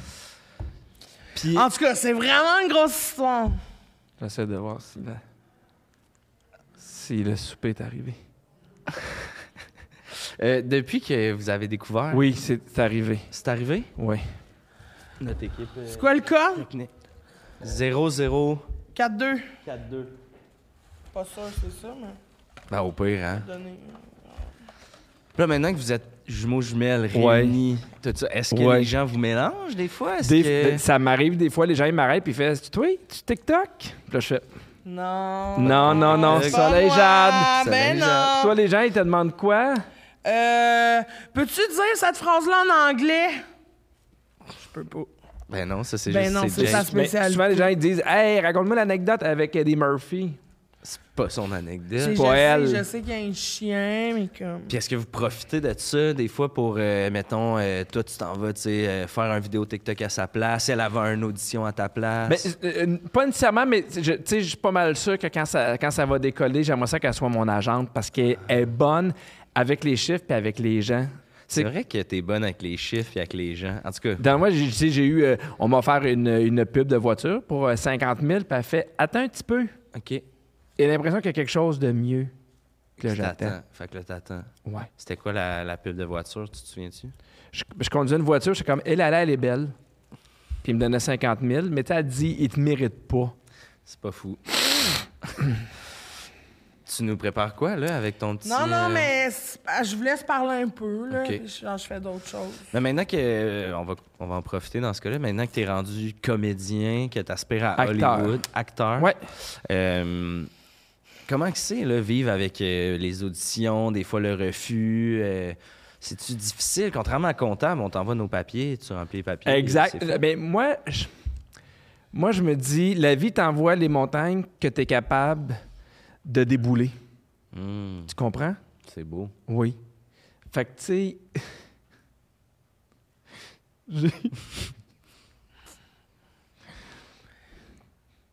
Puis, En tout cas, c'est vraiment une grosse histoire. j'essaie de voir si, la- si le souper est arrivé. Euh, depuis que vous avez découvert, Oui, c'est arrivé. c'est arrivé? Oui. Notre équipe. euh, C'est quoi le code? technique. 0-0. 4-2. 4-2. Pas sûr, c'est ça, mais Ben, au pire, hein? donné. Puis Là, maintenant que vous êtes jumeaux jumelles Ouais. réunis, tout ça, est-ce que Ouais. les gens vous mélangent des fois? Est-ce Des- ben, que- de- Ça m'arrive des fois, les gens ils m'arrêtent et ils font Tu tu TikTok Puis là, je fais Non. Non, non, non, c'est Soleil pas moi, Jade. Ben Soleil oh, non. Jade. Toi, les gens, ils te demandent quoi Euh, Peux-tu dire cette phrase-là en anglais? Je peux pas. Ben non, ça c'est Ben juste non, c'est c'est ça, James. c'est- Mais Spécial. souvent, les gens, ils disent Hey, raconte-moi l'anecdote avec Eddie Murphy. C'est pas son anecdote. Je Pas elle. sais, je sais qu'il y a un chien, mais comme. Puis est-ce que vous profitez de ça des fois pour, euh, mettons, euh, toi tu t'en vas, tu sais, euh, faire un vidéo TikTok à sa place, elle avait une audition à ta Mais, place. euh, euh, pas nécessairement, mais je- tu sais, je suis pas mal sûr que quand ça, quand ça va décoller, j'aimerais ça qu'elle soit mon agente parce qu'elle est bonne avec les chiffres et avec les gens. c'est vrai que t'es bonne avec les chiffres et avec les gens. En tout cas, Dans moi, j'ai tu sais, j'ai eu, euh, on m'a offert une, une pub de voiture pour euh, 50 000, puis elle fait Attends un petit peu. ok. J'ai l'impression qu'il y a quelque chose de mieux que Tu j'attends. t'attends. Fait que là t'attends. Ouais. C'était quoi la, la pub de voiture, tu te souviens-tu? Je, je conduisais une voiture, je suis comme Elle, elle, elle est belle. Puis il me donnait 50 000, mais tu as dit Il te mérite pas. C'est pas fou. tu nous prépares quoi, là, avec ton petit. Non, euh, non, mais c'est- ah, je vous laisse parler un peu, là. Ok. puis je- genre, je fais d'autres choses. Mais maintenant que. euh, on, va, on va en profiter dans ce cas-là. Maintenant que t'es rendu comédien, que t'aspires à Acteur. Hollywood, acteur. Ouais. Euh, comment que c'est, là, vivre avec euh, les auditions, des fois le refus? euh, C'est-tu difficile? Contrairement à comptable, on t'envoie nos papiers, tu remplis les papiers. Exact. c'est fait. Mais moi, je, moi, je me dis, la vie t'envoie les montagnes que tu es capable de débouler. Hum, Tu comprends? c'est beau. Oui. Fait que, tu sais. j'ai-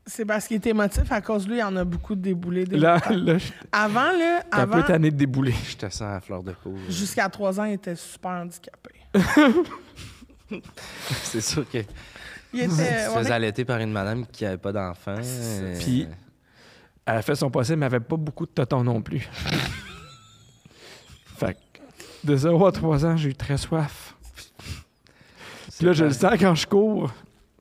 C'est parce qu'il est émotif, à cause de lui, il y en a beaucoup de déboulés. des- Là, là, je suis Avant, là, un peu avant, tanné de débouler. Je te sens à fleur de peau. jusqu'à 3 ans, il était super handicapé. c'est sûr Euh, que. Tu Il était. te ouais. faisais allaiter par une madame qui avait pas d'enfant. euh, Puis, elle a fait son possible, mais elle avait pas beaucoup de totons non plus. fait que, de 0 à 3 ans, j'ai eu très soif. Puis là, je le sens quand je cours.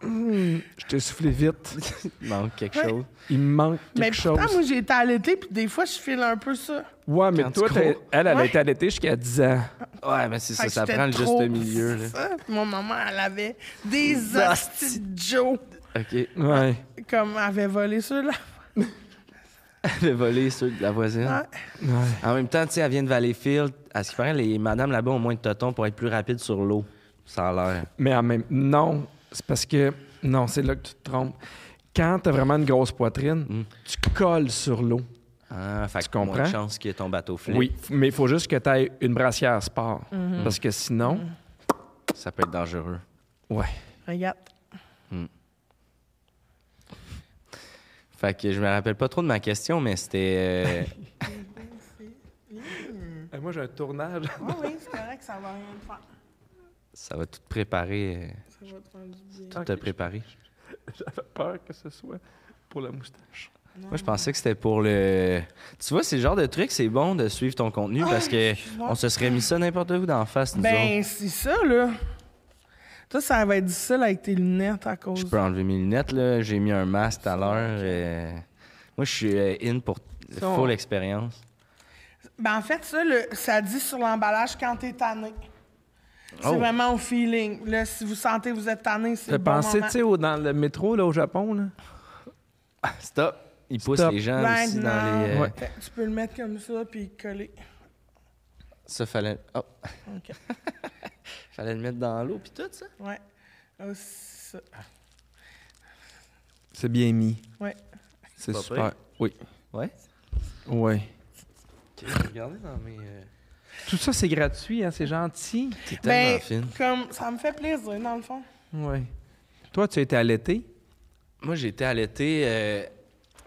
Hmm, je t'ai soufflé vite. il manque quelque Ouais. chose. Il me manque Mais quelque pourtant, chose. moi, j'ai été allaitée, puis des fois, je file un peu ça. Ouais, mais Quand tu toi, cours. t'as- elle, elle a Ouais. été allaitée jusqu'à 10 ans. Ouais, mais c'est Fait ça, que ça Ah, j'étais prend le juste trop- milieu. Là. C'est ça. Puis Mon maman, elle avait des hosties de Joe, OK. Ouais. comme elle avait volé ceux-là. Elle a volé ceux de la voisine. ouais. En même temps, tu sais, elle vient de Valleyfield. À ce qui paraît, les madames là-bas ont moins de totons pour être plus rapides sur l'eau. Ça a l'air. Mais en même non, c'est parce que non, c'est là que tu te trompes. Quand t'as vraiment une grosse poitrine, tu colles sur l'eau. Ah, fait Tu que moins de comprends? chance qu'il y ait ton bateau flip. Oui, f- mais il faut juste que tu aies une brassière sport. Parce que sinon, Ça peut être dangereux. ouais. Regarde. Fait que je me rappelle pas trop de ma question, mais c'était... euh, moi, j'ai un tournage. Oui, oui, c'est correct, ça va rien te faire. ça va tout préparer, euh, Ça va te faire du bien. tout te préparer. J'avais peur que ce soit pour la moustache. Moi, je pensais que c'était pour le. Tu vois, c'est le genre de truc, c'est bon de suivre ton contenu parce que excuse-moi. on se serait mis ça n'importe où d'en face, nous autres. Ah, Ben, c'est ça, là. Toi, ça va être difficile avec tes lunettes à cause. Je peux enlever mes lunettes, là. J'ai mis un masque tout à l'heure. euh, Moi, je suis euh, in pour Ça, on- full expérience. Ben, en fait, ça, le- ça dit sur l'emballage quand t'es tanné. C'est Oh. vraiment au feeling. Là, si vous sentez que vous êtes tanné, c'est T'as le bon pensé, moment. tu sais, au- dans le métro, là, au Japon, là? Stop! Ils poussent Stop. les gens Right aussi dans now. les. euh, Ouais. Fait que Tu peux le mettre comme ça, puis coller. Ça fallait. Oh. OK. fallait le mettre dans l'eau puis tout ça. Ouais. Ah, c'est ça. C'est bien mis. Ouais. C'est Pas super. pire. Oui. Ouais? Oui. Regardez dans mes. euh, Tout ça, c'est gratuit, hein? c'est gentil. T'es tellement Ben, fine. comme ça me fait plaisir, dans le fond. Oui. Toi, tu as été allaité. Moi, j'ai été allaité. euh,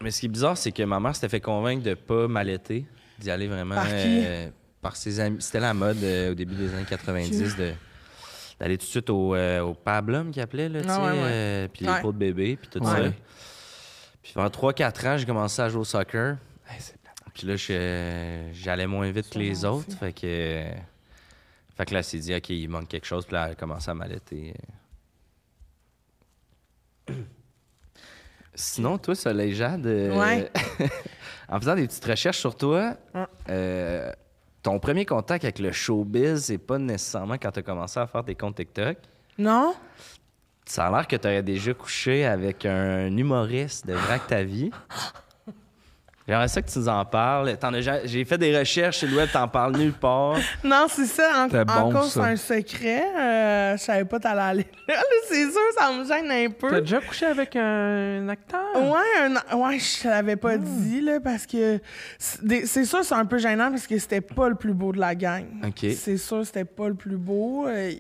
mais ce qui est bizarre, c'est que ma mère s'était fait convaincre de pas m'allaiter, d'y aller vraiment Par qui? euh, par ses amis. C'était la mode euh, au début des années 90 de d'aller tout de suite au, euh, au pablum qu'il appelait, là, tu sais, Ah, ouais, ouais. euh, puis Ouais. les pots de bébé, puis tout Ouais. ça. Puis vers 3-4 ans, j'ai commencé à jouer au soccer. Puis là, je- j'allais moins vite que les autres. Fait que, fait que là, elle s'est dit, OK, il manque quelque chose. Puis là, elle a commencé à m'allaiter. Sinon, toi, Soleil Jade, euh, Ouais. en faisant des petites recherches sur toi, euh, ton premier contact avec le showbiz, c'est pas nécessairement quand tu as commencé à faire des comptes TikTok. Non? Ça a l'air que tu aurais déjà couché avec un humoriste de Vrac ta vie. J'aimerais ça que tu nous en parles. T'en as ja- J'ai fait des recherches sur le web, t'en parles nulle part. Non, c'est ça. En, C'était bon, encore, c'est ça. un secret. Euh, je savais pas t'allais aller là. là, C'est sûr, ça me gêne un Tu as peu. déjà couché avec un Ah. acteur? Ouais, un- ouais, je te l'avais pas dit, là, parce que c'est des- c'est sûr, c'est un peu gênant parce que c'était pas le plus beau de la gang. OK. C'est sûr, c'était pas le plus beau. Euh,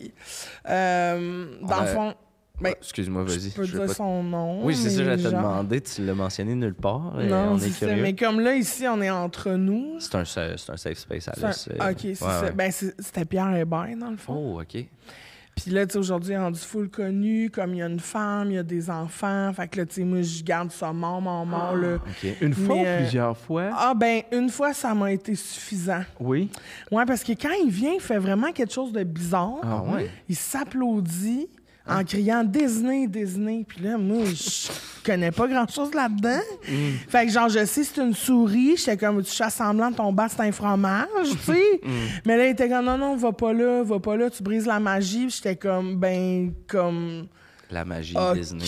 euh, dans le a- fond, ben, Excuse-moi, vas-y. je peux je vais dire pas te- son nom. Oui, c'est ça, mais j'allais te genre- demander. Tu l'as mentionné nulle part. et Non, on c'est est ça, curieux. Mais comme là, ici, on est entre nous. C'est un, sa- c'est un safe space, C'est un- Alice. euh, Ok, c'est ouais, ça. ouais. Ben, c'est- c'était Pierre Hébert, dans le fond. Oh, OK. Puis là, tu sais, aujourd'hui, il est rendu full connu, comme il y a une femme, il y a des enfants. Fait que là, tu sais, moi, je garde ça mort, mort, mort, là. Ah, OK. Une fois Mais, ou euh, plusieurs fois? Ah, ben, une fois, ça m'a été suffisant. Oui. Ouais, parce que quand il vient, il fait vraiment quelque chose de bizarre. Ah ouais? Il s'applaudit en criant Disney, Disney. Puis là, moi, je connais pas grand-chose là-dedans. Mm. Fait que, genre, je sais, c'est une souris. J'étais comme, tu fais semblant de tomber, c'est un fromage, tu sais. Mm. Mais là, il était comme, non, non, va pas là, va pas là, tu brises la magie. Puis j'étais comme, ben, comme. La magie Disney.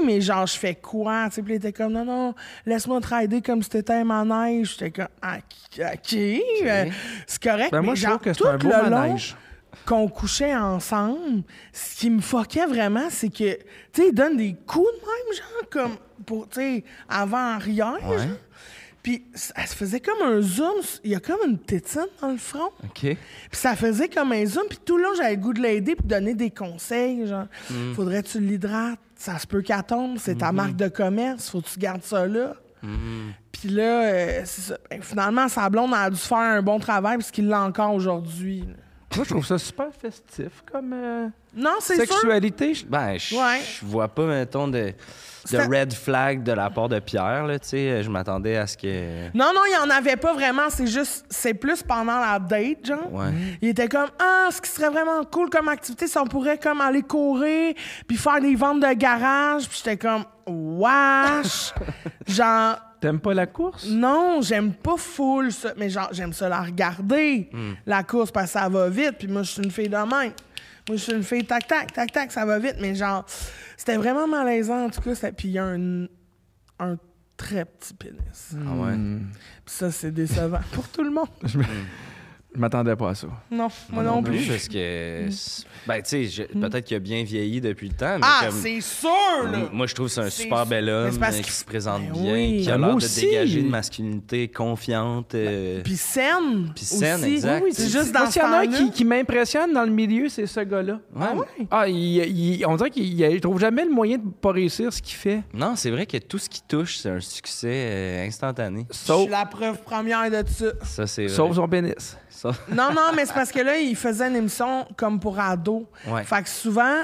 OK, mais genre, je fais quoi? Tu sais, puis il était comme, non, non, laisse-moi te rider comme si t'étais ma neige. J'étais comme, Ah, OK, euh, c'est correct. Ben, moi, mais je genre, trouve que c'est tout un beau le long manège. qu'on couchait ensemble, ce qui me foquait vraiment, c'est que, tu sais, il donne des coups de même, genre, comme, pour, tu sais, avant, rien, Ouais. genre. Puis, ça ça se faisait comme un zoom. Il y a comme une tétine dans le front. OK. Puis ça faisait comme un zoom, puis tout le long, j'avais le goût de l'aider puis donner des conseils, genre faudrait que tu l'hydrates, ça se peut qu'elle tombe, c'est ta marque de commerce, faut que tu gardes ça là. Puis là, euh, c'est ça. Ben, finalement, sa blonde a dû faire un bon travail parce qu'il l'a encore aujourd'hui. là. Moi, je trouve ça super festif comme euh, Non, c'est sûr. sexualité. Je- Ben, je Ouais. je vois pas, mettons, de, de C'était- red flag de la part de Pierre. Là, tu sais, je m'attendais à ce que. Non, non, il n'y en avait pas vraiment. C'est juste, c'est plus pendant la date, genre. Ouais. Il était comme, ah, ce qui serait vraiment cool comme activité, c'est on pourrait comme aller courir, puis faire des ventes de garage. Puis j'étais comme, wesh! genre, T'aimes pas la course? non, j'aime pas full ça. Mais genre, j'aime ça la regarder, Hmm. la course, parce que ça va vite. Puis moi, je suis une fille de même. Moi, je suis une fille tac, tac, tac, tac, ça va vite. Mais genre, c'était vraiment malaisant, en tout cas. c'était- Puis il y a un, un très petit pénis. Ah ouais. Hmm. Puis ça, c'est décevant pour tout le monde. Je m'attendais pas à ça. Non, moi non, plus. Parce que. Hmm. c'est- Ben, tu sais, je- peut-être qu'il a bien vieilli depuis le temps, mais. Ah, comme- c'est sûr, là! M- Moi, je trouve que c'est un C'est- super bel Mais homme c'est parce euh, qui qu'il- se présente Ben bien, oui. qui a Ben, moi l'air de aussi. Ben, dégager une masculinité confiante. euh, Puis saine. Puis saine, aussi. exact. Oui, oui, c'est juste Moi, dans ce s'il y en a un temps-là. qui, qui m'impressionne dans le milieu, c'est ce gars-là. ouais. Ah, il- il- on dirait qu'il il trouve jamais le moyen de pas réussir ce qu'il fait. Non, c'est vrai que tout ce qui touche, c'est un succès euh, instantané. Je suis Sauf, la preuve première de ça. Ça, c'est vrai. sauf son pénis. Ça- Non, non, mais c'est parce que là, il faisait une émission comme pour ados. Ouais. Fait que souvent,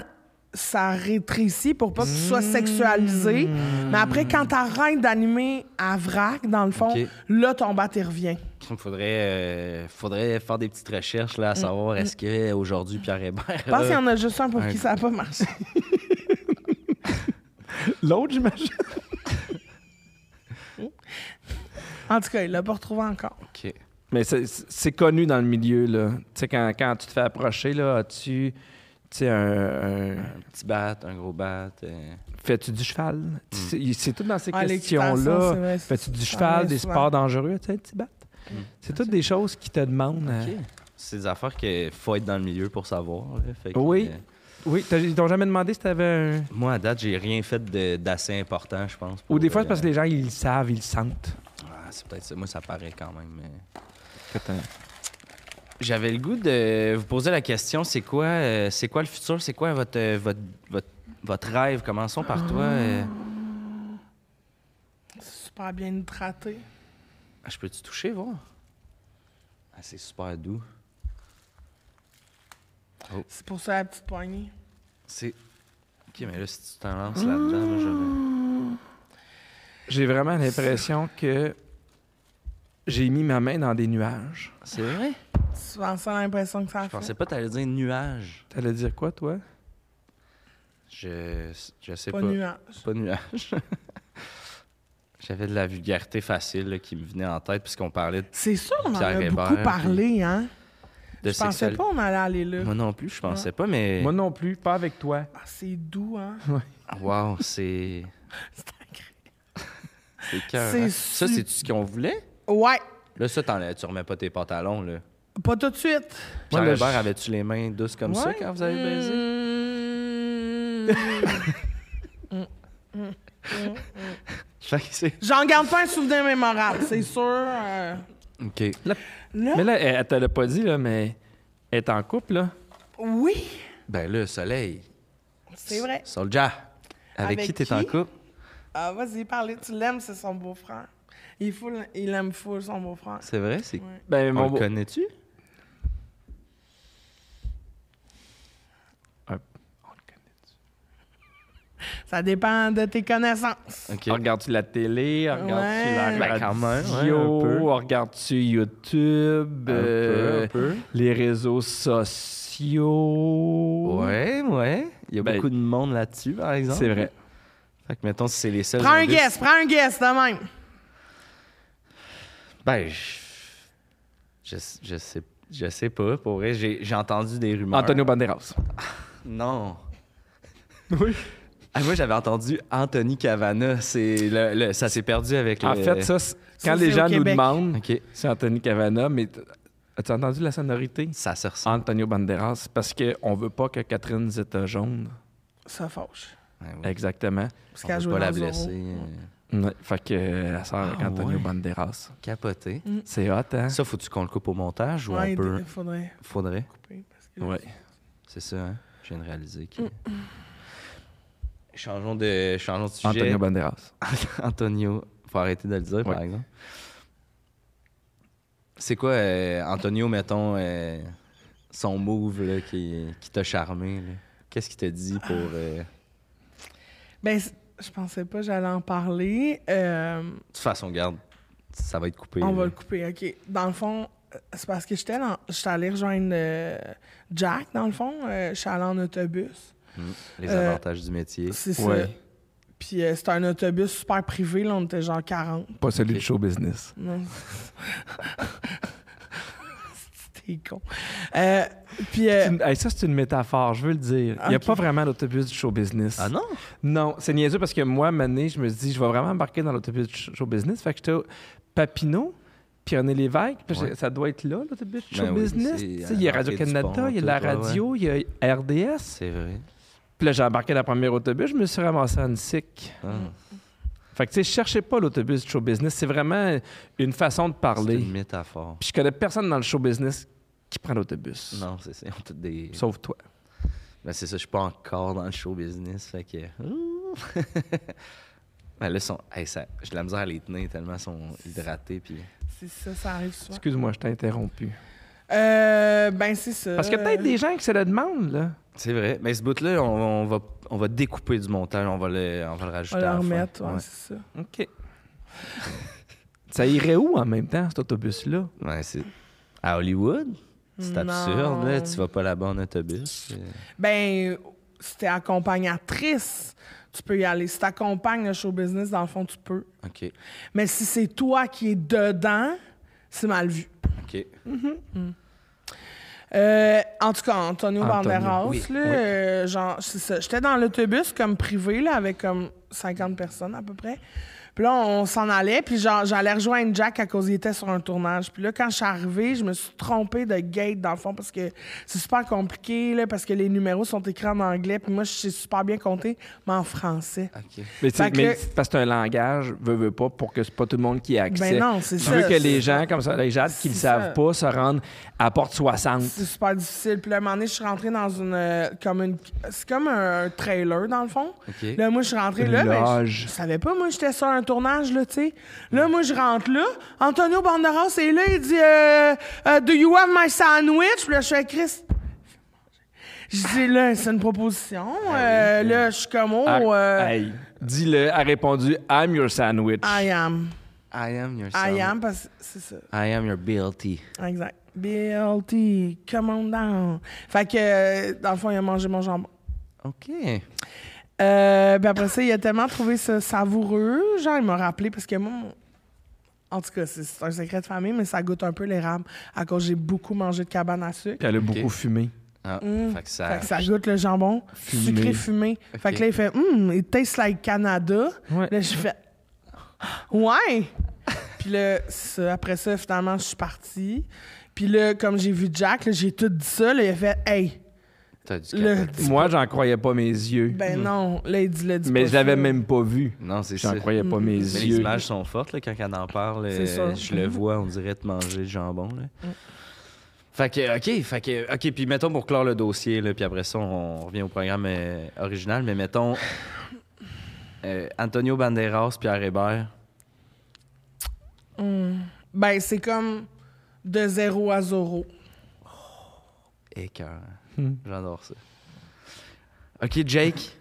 ça rétrécit pour pas que tu sois sexualisé. Mais après, quand t'arrêtes d'animer à vrac, dans le fond, Ok. là, ton bat, il revient. Faudrait, euh, faudrait faire des petites recherches là, à savoir est-ce qu'aujourd'hui, Pierre Hébert. Je Mm. pense qu'il y a- en a juste un pour Un- qui ça a pas marché. L'autre, j'imagine. En tout cas, il l'a pas retrouvé encore. Ok. Mais c'est- c'est connu dans le milieu, là. Tu sais, quand, quand tu te fais approcher, là, as-tu... Tu sais, un- un, Un petit bat, un gros bat. euh, Fais-tu du cheval? Tu sais, il- C'est tout dans ces Hmm. Ah, l'équitation, c'est questions-là. vrai, c'est- Fais-tu du ça cheval, revient des souvent. Hmm. sports dangereux, tu sais, petit bat? C'est toutes des choses qui te demandent. euh, ok. C'est des affaires qu'il faut être dans le milieu pour savoir. là, fait que, Oui. euh, Oui, t'as- ils t'ont jamais demandé si t'avais un. moi, à date, j'ai rien fait de- d'assez important, je pense. Ou pour, des fois, euh, c'est parce que les gens, ils le savent, ils le sentent. Ah, c'est peut-être ça. Moi, ça paraît quand même. mais- Écoute, euh, J'avais le goût de vous poser la question, c'est quoi, euh, c'est quoi le futur? C'est quoi votre, euh, votre, votre, votre rêve? Commençons par toi. Ah. euh. C'est super bien hydraté. Ah, je peux-tu toucher, voir? Ah, c'est super doux. C'est pour ça la petite poignée. C'est... OK, mais là, si tu t'en lances là-dedans, là, j'aurais- J'ai vraiment l'impression que j'ai mis ma main dans des Ah. nuages. C'est vrai? Souvent, ça a l'impression que ça Je fait. pensais pas que t'allais dire nuage. T'allais dire quoi, toi? Je, je sais pas, pas. nuage. Pas nuage. J'avais de la vulgarité facile là, qui me venait en tête puisqu'on parlait de, C'est sûr, on en Pierre a Hébert, beaucoup parlé, hein? de Je pensais sexualité. pas on allait aller là. Moi non plus, je pensais pas, mais... Ah, Moi non plus, pas avec toi. Ah, c'est doux, hein? Wow, c'est... C'est agréable. C'est cœur. C'est hein. Ça, su- c'est-tu ce qu'on voulait? Ouais, Là, ça, t'en- tu remets pas tes pantalons, là. pas tout de suite. Pierre là, Hébert, je- avais-tu les mains douces comme ça Ouais. quand vous avez baisé? Fait que c'est- J'en garde pas un souvenir mémorable, c'est sûr. euh. OK. Là, Mais là, elle, elle te l'a pas dit, là, mais elle est en couple, là. oui, Ben là, Soleil, c'est vrai. Soldier, avec, Avec qui t'es qui? en couple? Ah, vas-y, parle. Tu l'aimes, c'est son beau-frère. Il, full- il aime full son beau-frère. C'est vrai? C'est... Ouais. Ben, On mon le beau- connais-tu? Ah, Ça dépend de tes connaissances. OK. on Ah, Regardes-tu la télé? on Regardes-tu la Ouais. Ben, quand même, ouais, un radio? peu. on Regardes-tu YouTube? Un peu, euh, un peu. Les réseaux sociaux? Ouais, ouais. Il y a Ben, beaucoup de monde là-dessus, par exemple. C'est vrai. Fait que, mettons, si c'est les seuls... Prends un indices- guess, prends un guess de même. Ben, je... Je, je sais... Je sais pas, pour vrai. J'ai, j'ai entendu des rumeurs. Antonio Banderas. Non. Oui. Ah, moi, j'avais entendu Anthony Cavana. C'est le, le- ça s'est perdu avec le... En fait, ça, c'est- Ça, quand les c'est gens nous au Québec. demandent, OK. c'est Anthony Cavana, mais t- as-tu entendu la sonorité? Ça se ressent. Antonio Banderas, parce qu'on veut pas que Catherine Zeta-Jaune. Ça fauche. Ouais, ouais. Exactement. Ben Parce On qu'elle veut joue pas dans la Zorro. blesser. euh, Ouais, Fait que euh, elle sort avec Ah, Antonio ouais. Banderas. Capoter. C'est hot, hein? Ça, faut-tu qu'on le coupe au montage ou Ouais, on peut... il faudrait Faudrait. couper. Parce que... Ouais. C'est ça, hein? Je viens de réaliser que... Changeons de, changeons de sujet. Antonio Banderas. Antonio. Faut arrêter de le dire, par Ouais. exemple. C'est quoi, euh, Antonio, mettons, euh, son move là, qui, qui t'a charmé? là? Qu'est-ce qu'il t'a dit pour... euh, Ben, c- je pensais pas que j'allais en parler. Euh, De toute façon, garde, ça va être coupé. On va là. le couper, OK. Dans le fond, euh, c'est parce que j'étais dans- j'étais allée rejoindre euh, Jack, dans le fond. Euh, je suis allée en autobus. Mm. Les Euh, avantages du métier. C'est Ouais. ça. Puis euh, c'était un autobus super privé, là, on était genre 40. Pas celui Ok. du show business. Non. T'es con. Euh, puis, euh, C'est une- hey, ça, c'est une métaphore, je veux le dire. Il n'y a Ok. pas vraiment d'autobus du show business. Ah non? Non, c'est niaiseux parce que moi, Mané, je me suis dit, je vais vraiment embarquer dans l'autobus du show business. Fait que j'étais au Papineau, puis on est Lévesque. puis Ouais. j'ai- Ça doit être là, l'autobus du show Ben oui, business. c'est Tu à sais, Il y a l'entrée du pont, Radio-Canada, il y a la tout, ouais, radio, il y a RDS. C'est vrai. Puis là, j'ai embarqué dans le premier autobus, je me suis ramassé en sick. Ah, Fait que, tu sais, cherchez pas l'autobus du show business. C'est vraiment une façon de c'est parler. une métaphore. Puis je connais personne dans le show business qui prend l'autobus. Non, c'est ça. ils ont toutes des... Sauf toi. Ben, c'est ça, je suis pas encore dans le show business, fait que... Ouh! ben là, sont... hey, ça... j'ai de la misère à les tenir tellement ils sont hydratés, puis... c'est ça, ça arrive souvent. Excuse-moi, je t'ai interrompu. Euh, ben, c'est ça. Parce que peut-être des gens qui se le demandent, là. C'est vrai, mais ce bout-là, on, on va... on va découper du montage, on va le, on va le On rajouter va à leur la fin. remettre, ouais, Ouais. c'est ça. OK. ça irait où en même temps, cet autobus-là? Ouais, c'est... À Hollywood? C'est Non. absurde, là, tu vas pas là-bas en autobus. euh. Ben, si t'es accompagnatrice, tu peux y aller. Si t'accompagnes le show business, dans le fond, tu peux. OK, Mais si c'est toi qui es dedans, c'est mal vu. OK. Euh, en tout cas, Antonio, Antonio, Banderas, oui, là, oui. euh, genre, c'est ça. J'étais dans l'autobus comme privé, là, avec comme 50 personnes à peu près. Puis là, on s'en allait, puis genre, j'allais rejoindre Jack à cause qu'il était sur un tournage. Puis là, quand je suis arrivée, je me suis trompée de gate, dans le fond, parce que c'est super compliqué, là, parce que les numéros sont écrits en anglais, puis moi, je sais super bien compter, mais en français. OK. Mais, tu sais, Fait que- mais c'est parce que c'est un langage, veux, veux pas, pour que c'est pas tout le monde qui ait accès. Ben non, c'est Tu ça, veux que c'est- les gens, comme ça, les gens qui le C'est savent ça. pas, se rendent à porte 60. C'est super difficile. Puis là, un moment donné, je suis rentrée dans une. euh, comme une c'est comme un trailer, dans le fond. OK. Là, moi, je suis rentrée Une là. mais loge. je, je savais pas, moi, j'étais sur un tournage, là, tu sais. Là, moi, je rentre là. Antonio Banderas est là. Il dit euh, euh, Do you have my sandwich? Puis là, je fais Chris. Je dis là, c'est une proposition. Euh, là, je suis comme oh. Ah, euh, hey, dis-le, a répondu I'm your sandwich. I am. I am your I son. am, parce que c'est ça. I am your BLT. Exact. BLT, come on down. Fait que, euh, dans le fond, il a mangé mon jambon. OK. Euh, ben après ça, il a tellement trouvé ça savoureux. Genre, il m'a rappelé parce que moi, mon- en tout cas, c'est- c'est un secret de famille, mais ça goûte un peu l'érable à cause j'ai beaucoup mangé de cabane à sucre. Puis elle a beaucoup fumé. Ah, fait que ça... Mm. Fait que ça goûte le jambon sucré fumé. Fait que là, il fait Hum, it tastes like Canada. Ouais. Là, je fais Ouais! Puis là, c'est ça. après ça, finalement, je suis partie. Puis là, comme j'ai vu Jack, là, j'ai tout dit ça. Là, il a fait Hey, T'as du le capote. dis- Moi, j'en croyais pas mes yeux. ben non, là, il dit le dis Mm. mais pas je l'avais ça. même pas vu. Non, c'est ça. J'en croyais pas Mais mes yeux. les images sont fortes là, quand elle en parle. euh, C'est sûr. je le vois, on dirait te manger du jambon. Là. Fait que, OK, fait que, OK, puis mettons pour clore le dossier, là, puis après ça, on revient au programme euh, original, mais mettons euh, Antonio Banderas, Pierre Hébert. Ben, c'est comme de zéro à zéro. Écœur. J'adore ça. OK, Jake,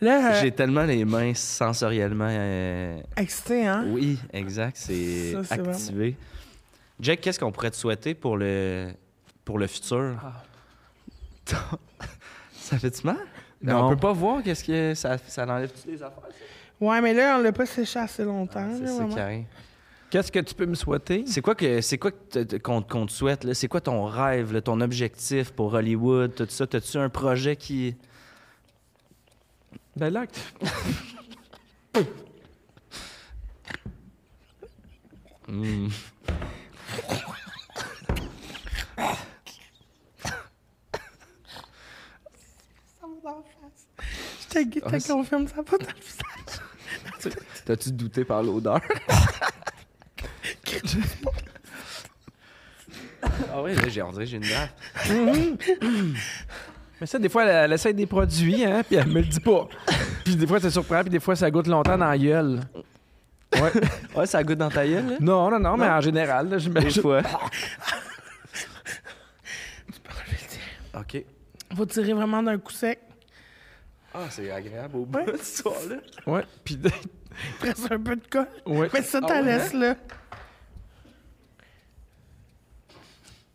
Là, euh, j'ai tellement les mains sensoriellement. euh, excité, hein? Oui, exact, c'est Ça, c'est vraiment- activé. Jake, qu'est-ce qu'on pourrait te souhaiter pour le, pour le futur? Ah. ça fait-tu mal? Non. On peut pas voir qu'est-ce que ça, ça enlève-tu des affaires? ça? Ouais, mais là, on l'a pas séché assez Ah, longtemps. Ah, c'est là, ça vraiment. qui arrive. Qu'est-ce que tu peux me souhaiter? C'est quoi que c'est quoi que te- te- qu'on qu'on te souhaite? là? C'est quoi ton rêve, là, ton objectif pour Hollywood, tout ça? T'as-tu un projet qui. Ben là, Ça va dans la face. Je te, je Ah, te confirme, ça va dans le visage. T'as-tu douté par l'odeur? ah oui, là, j'ai- on dirait que j'ai une grave. mais ça, des fois, elle, elle essaie des produits, hein, puis elle me le dit pas. puis des fois, c'est surprenant, puis des fois, ça goûte longtemps dans la gueule. Ouais. Ouais, ça goûte dans ta gueule, là? non, non, non, mais en général, là, Des j'imagine. fois. OK. Faut tirer vraiment d'un coup sec. Ah, c'est agréable au bout Ouais. de ce soir-là. Ouais, puis Presse un peu de colle. ouais. Mais ça, t'en ouais, hein? laisses, là.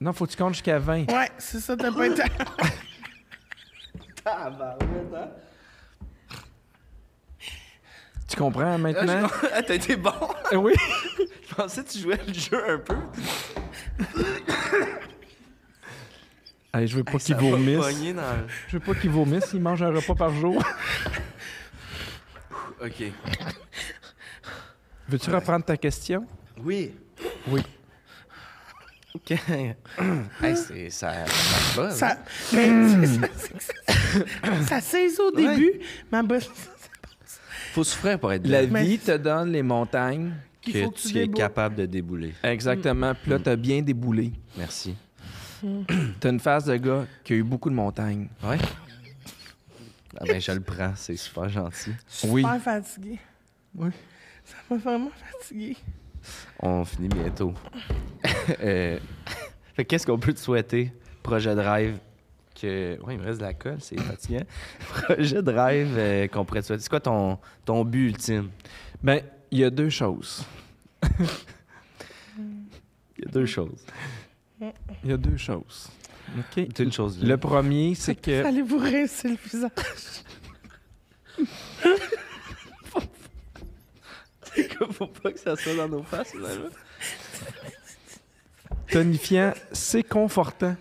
Non, faut que tu comptes jusqu'à 20. Ouais, c'est ça, t'as pas été. Tu comprends maintenant? Ah, T'as été bon. oui. Je pensais que tu jouais le jeu un peu. Allez, je veux pas qu'il Ça m'a vomisse. pogné dans Je veux pas qu'il vomisse, il mange un repas par jour. le- OK. Veux-tu reprendre ta question? Oui. Oui. OK. hey, c'est... Ça... Ça va, Ça, mais, Hmm. c'est ça, c'est que ça- ça saisit au début. Ma bosse. Faut souffrir pour être La bien. vie te donne les montagnes. Il faut que tu tu es déboules. capable de débouler. Exactement. Puis là, t'as bien déboulé. Merci. T'as une phase de gars qui a eu beaucoup de montagnes. Ouais. Ah ben, je le prends. C'est super gentil. Oui. Super fatigué. Oui. Ça m'a vraiment fatigué. On finit bientôt. Euh, fait que qu'est-ce qu'on peut te souhaiter? Projet de rêve que. Ouais, il me reste de la colle, c'est fatigant. Projet de rêve euh, qu'on pourrait te souhaiter. C'est quoi ton, ton but ultime? Ben, il y a deux choses. Il y a deux choses. Il y a deux choses. OK. C'est une chose. Le premier, c'est que. Allez-vous rincer le visage? Faut pas que ça soit dans nos faces, finalement. Tonifiant, c'est confortant.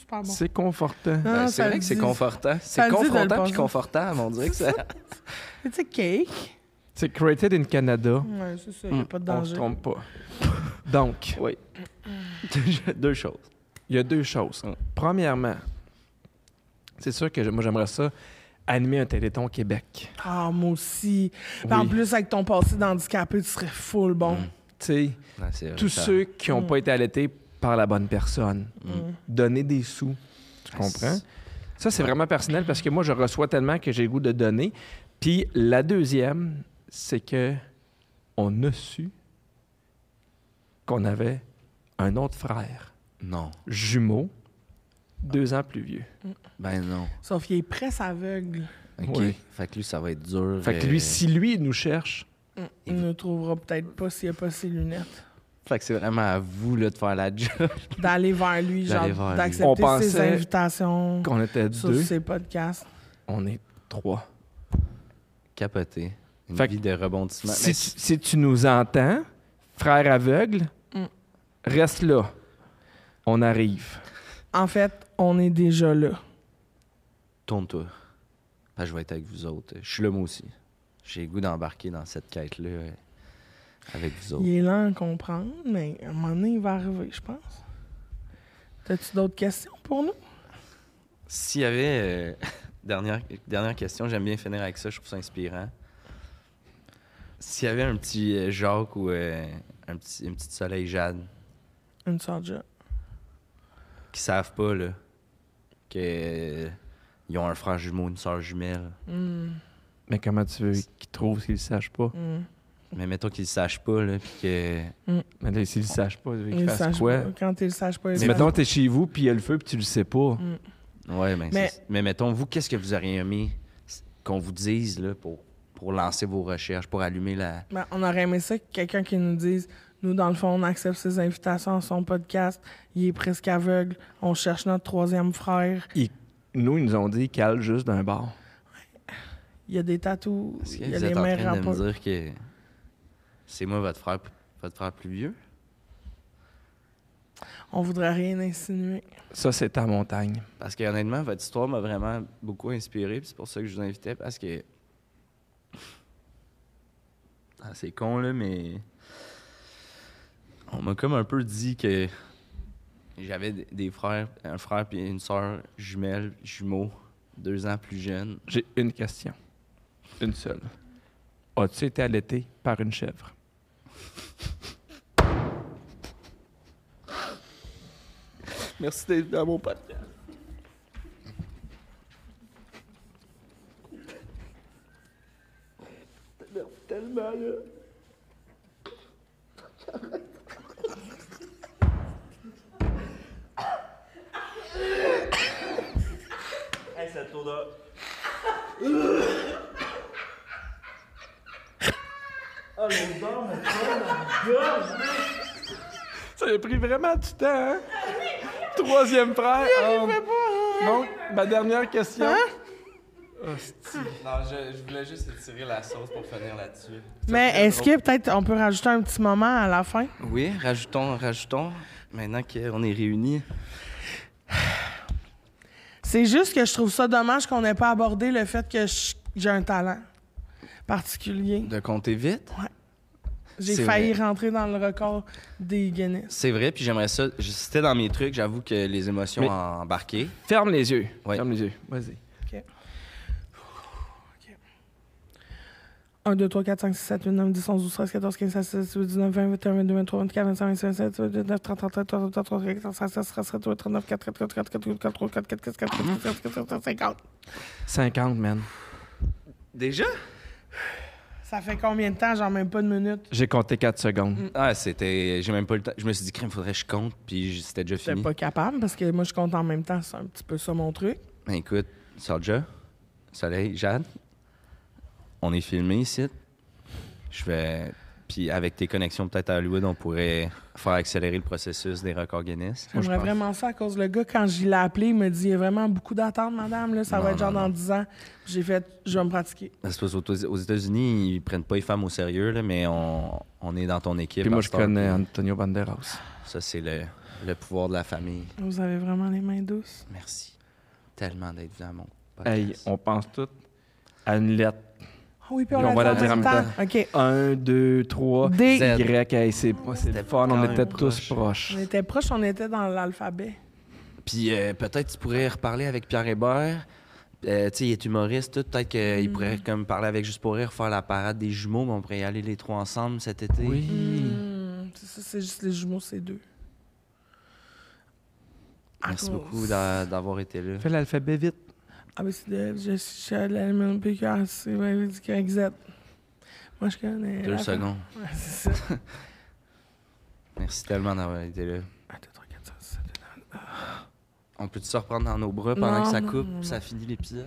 super bon. C'est confortant. Ah, Ben, ça c'est vrai le que c'est dit. confortant. C'est Ça le dit de le confrontant puis penser. confortable, on dirait que ça. Tu sais, cake. C'est Created in Canada. Ouais, c'est ça, il Hmm. n'y a pas de On se danger. trompe pas. Donc, oui. Deux- Deux choses. il y a deux choses. Mm. Premièrement, c'est sûr que je- moi, j'aimerais ça animer un Téléthon Québec. Ah, moi aussi. Puis En Oui. Mm. plus, avec ton passé d'handicapé, tu serais full bon. Tu sais, Ouais, Ah, c'est vrai, tous ça- ceux qui n'ont pas été allaités par la bonne personne. Mm. Donner des sous. Ah, Tu comprends? Ça, c'est vraiment personnel parce que moi, je reçois tellement que j'ai le goût de donner. Puis la deuxième, c'est que on a su qu'on avait un autre frère, Non. Ah. jumeau, deux ans plus vieux. Ben non. Sauf qu'il est presque aveugle. OK. Oui. Fait que lui, ça va être dur. Fait que euh, lui, si lui il nous cherche, Il ne trouvera peut-être pas s'il n'y a pas ses lunettes. Fait que c'est vraiment à vous là, de faire la job. D'aller vers lui, genre, D'aller vers lui. On d'accepter ses pensait invitations qu'on était sur deux, ses podcasts. on est trois. Capoté. Une Fait que- vie de rebondissement. Si, si tu nous entends, frère aveugle, reste là. On arrive. En fait, on est déjà là. tourne-toi. Parce que je vais être avec vous autres. Je suis là, moi aussi. J'ai le goût d'embarquer dans cette quête-là euh, avec vous autres. Il est lent à comprendre, mais à un moment donné, il va arriver, je pense. T'as-tu d'autres questions pour nous? S'il y avait. euh, dernière, dernière question, j'aime bien finir avec ça, je trouve ça inspirant. S'il y avait un petit euh, Jacques ou euh, un petit, une petite Soleil Jade Une sorte de... qui savent pas, là, que. euh, ils ont un frère jumeau, une soeur jumelle. Mais comment tu veux qu'ils trouvent s'ils le sachent pas? Mais mettons qu'ils le sachent pas, là, puis que. Mais là, s'ils le sachent pas, tu veux qu'ils Il fassent sache quoi? pas. Quand il le sache pas, il Mais le sache mettons, t'es chez vous, puis il y a le feu, puis tu le sais pas. Ouais, ben, Mais- mais... mais mettons, vous, qu'est-ce que vous auriez aimé s- qu'on vous dise là, pour, pour lancer vos recherches, pour allumer la. Ben, on aurait aimé ça que quelqu'un qui nous dise Nous, dans le fond, on accepte ses invitations à son podcast. Il est presque aveugle. On cherche notre troisième frère. Ils- Nous, ils nous ont dit cale juste d'un bar. Il y a des tatous. Est-ce que Il y a vous des êtes en mains train de me rappelées. dire que c'est moi votre frère, p- votre frère plus vieux? On voudrait rien insinuer. Ça, c'est ta montagne. Parce que honnêtement, votre histoire m'a vraiment beaucoup inspiré, puis c'est pour ça que je vous invitais, parce que. Ah, c'est con, là, mais. On m'a comme un peu dit que j'avais des- des frères, un frère puis une sœur jumelle, jumeaux, deux ans plus jeunes. J'ai une question. Une seule. As-tu été allaité par une chèvre? Merci d'être dans mon podcast. Ça a pris vraiment du temps, hein? Troisième frère. euh, Donc, ma dernière question. Non, je, je voulais juste étirer la sauce pour finir là-dessus. Mais est-ce que peut-être on peut rajouter un petit moment à la fin? Oui, rajoutons, rajoutons, maintenant qu'on est réunis. C'est juste que je trouve ça dommage qu'on n'ait pas abordé le fait que je- j'ai un talent particulier. De compter vite. J'ai c'est failli rentrer dans le record des Guinness. C'est vrai, puis j'aimerais ça. je- C'était dans mes trucs, j'avoue que les émotions Mais- ont embarqué. Ferme les yeux. Ouais. Ferme les yeux. Vas-y. 1, 2, 3, 4, 5, 6, 7, 8, 9, 10, 11, 12, 13, 14, 15, 16, 17, 18, 19, 20, 21, 22, 23, 24, 25, 26, 27, 28, 29, 30, 31, 32, 33, 34, 35, 36, 37, 39, 40, 41, 42, 43, 44, 45, 46, 47, 50. 50, man. Déjà? Ça fait combien de temps? Genre même pas de minutes. J'ai compté 4 secondes. Ah, c'était. J'ai même pas le temps. Je me suis dit, crème, faudrait que je compte, puis j- c'était déjà J'étais fini. pas capable parce que moi, je compte en même temps. C'est un petit peu ça mon truc. Ben, écoute, Sarja, Soleil, Jade, on est filmé ici. Je vais. Puis avec tes connexions peut-être à Hollywood, on pourrait faire accélérer le processus des records Guinness. J'aimerais vraiment ça à cause le gars, quand je l'ai appelé, il me dit Il y a vraiment beaucoup d'attentes, madame, là, ça va Non, être genre non, dans 10 ans. J'ai fait Je vais me pratiquer. Parce que aux aux États-Unis, ils prennent pas les femmes au sérieux, là, mais on, on est dans ton équipe. Puis moi, à je cette heure, connais puis Antonio Banderas. Ça, c'est le, le pouvoir de la famille. Vous avez vraiment les mains douces. Merci tellement d'être venu à mon podcast. Hey, on pense tout à une lettre. Ah oui, puis on, Puis on va la fait dire en même OK. 1, 2, 3, D. Z. Y. Hey, c'est pas c'est C'était le fun, quand on même était proche. tous proches. On était proches, on était dans l'alphabet. Puis euh, peut-être tu pourrais reparler avec Pierre Hébert. Euh, tu sais, il est humoriste, tout. Peut-être qu'il pourrait comme parler avec Juste pour rire, faire la parade des jumeaux, mais on pourrait y aller les trois ensemble cet été. Oui. Hmm, C'est ça, c'est juste les jumeaux, c'est deux. Merci À cause. beaucoup d'a- d'avoir été là. Fais l'alphabet vite. Ah, ben c'est de. Je suis à la MNPQAC, ben, du Z. Moi, je connais. Deux la- secondes. Ouais, c'est ça. Merci tellement d'avoir été là. Un, deux, trois, quatre, cinq, six, sept, huit, On peut-tu se reprendre dans nos bras pendant Non, que ça non, coupe, non, non. ça finit l'épisode?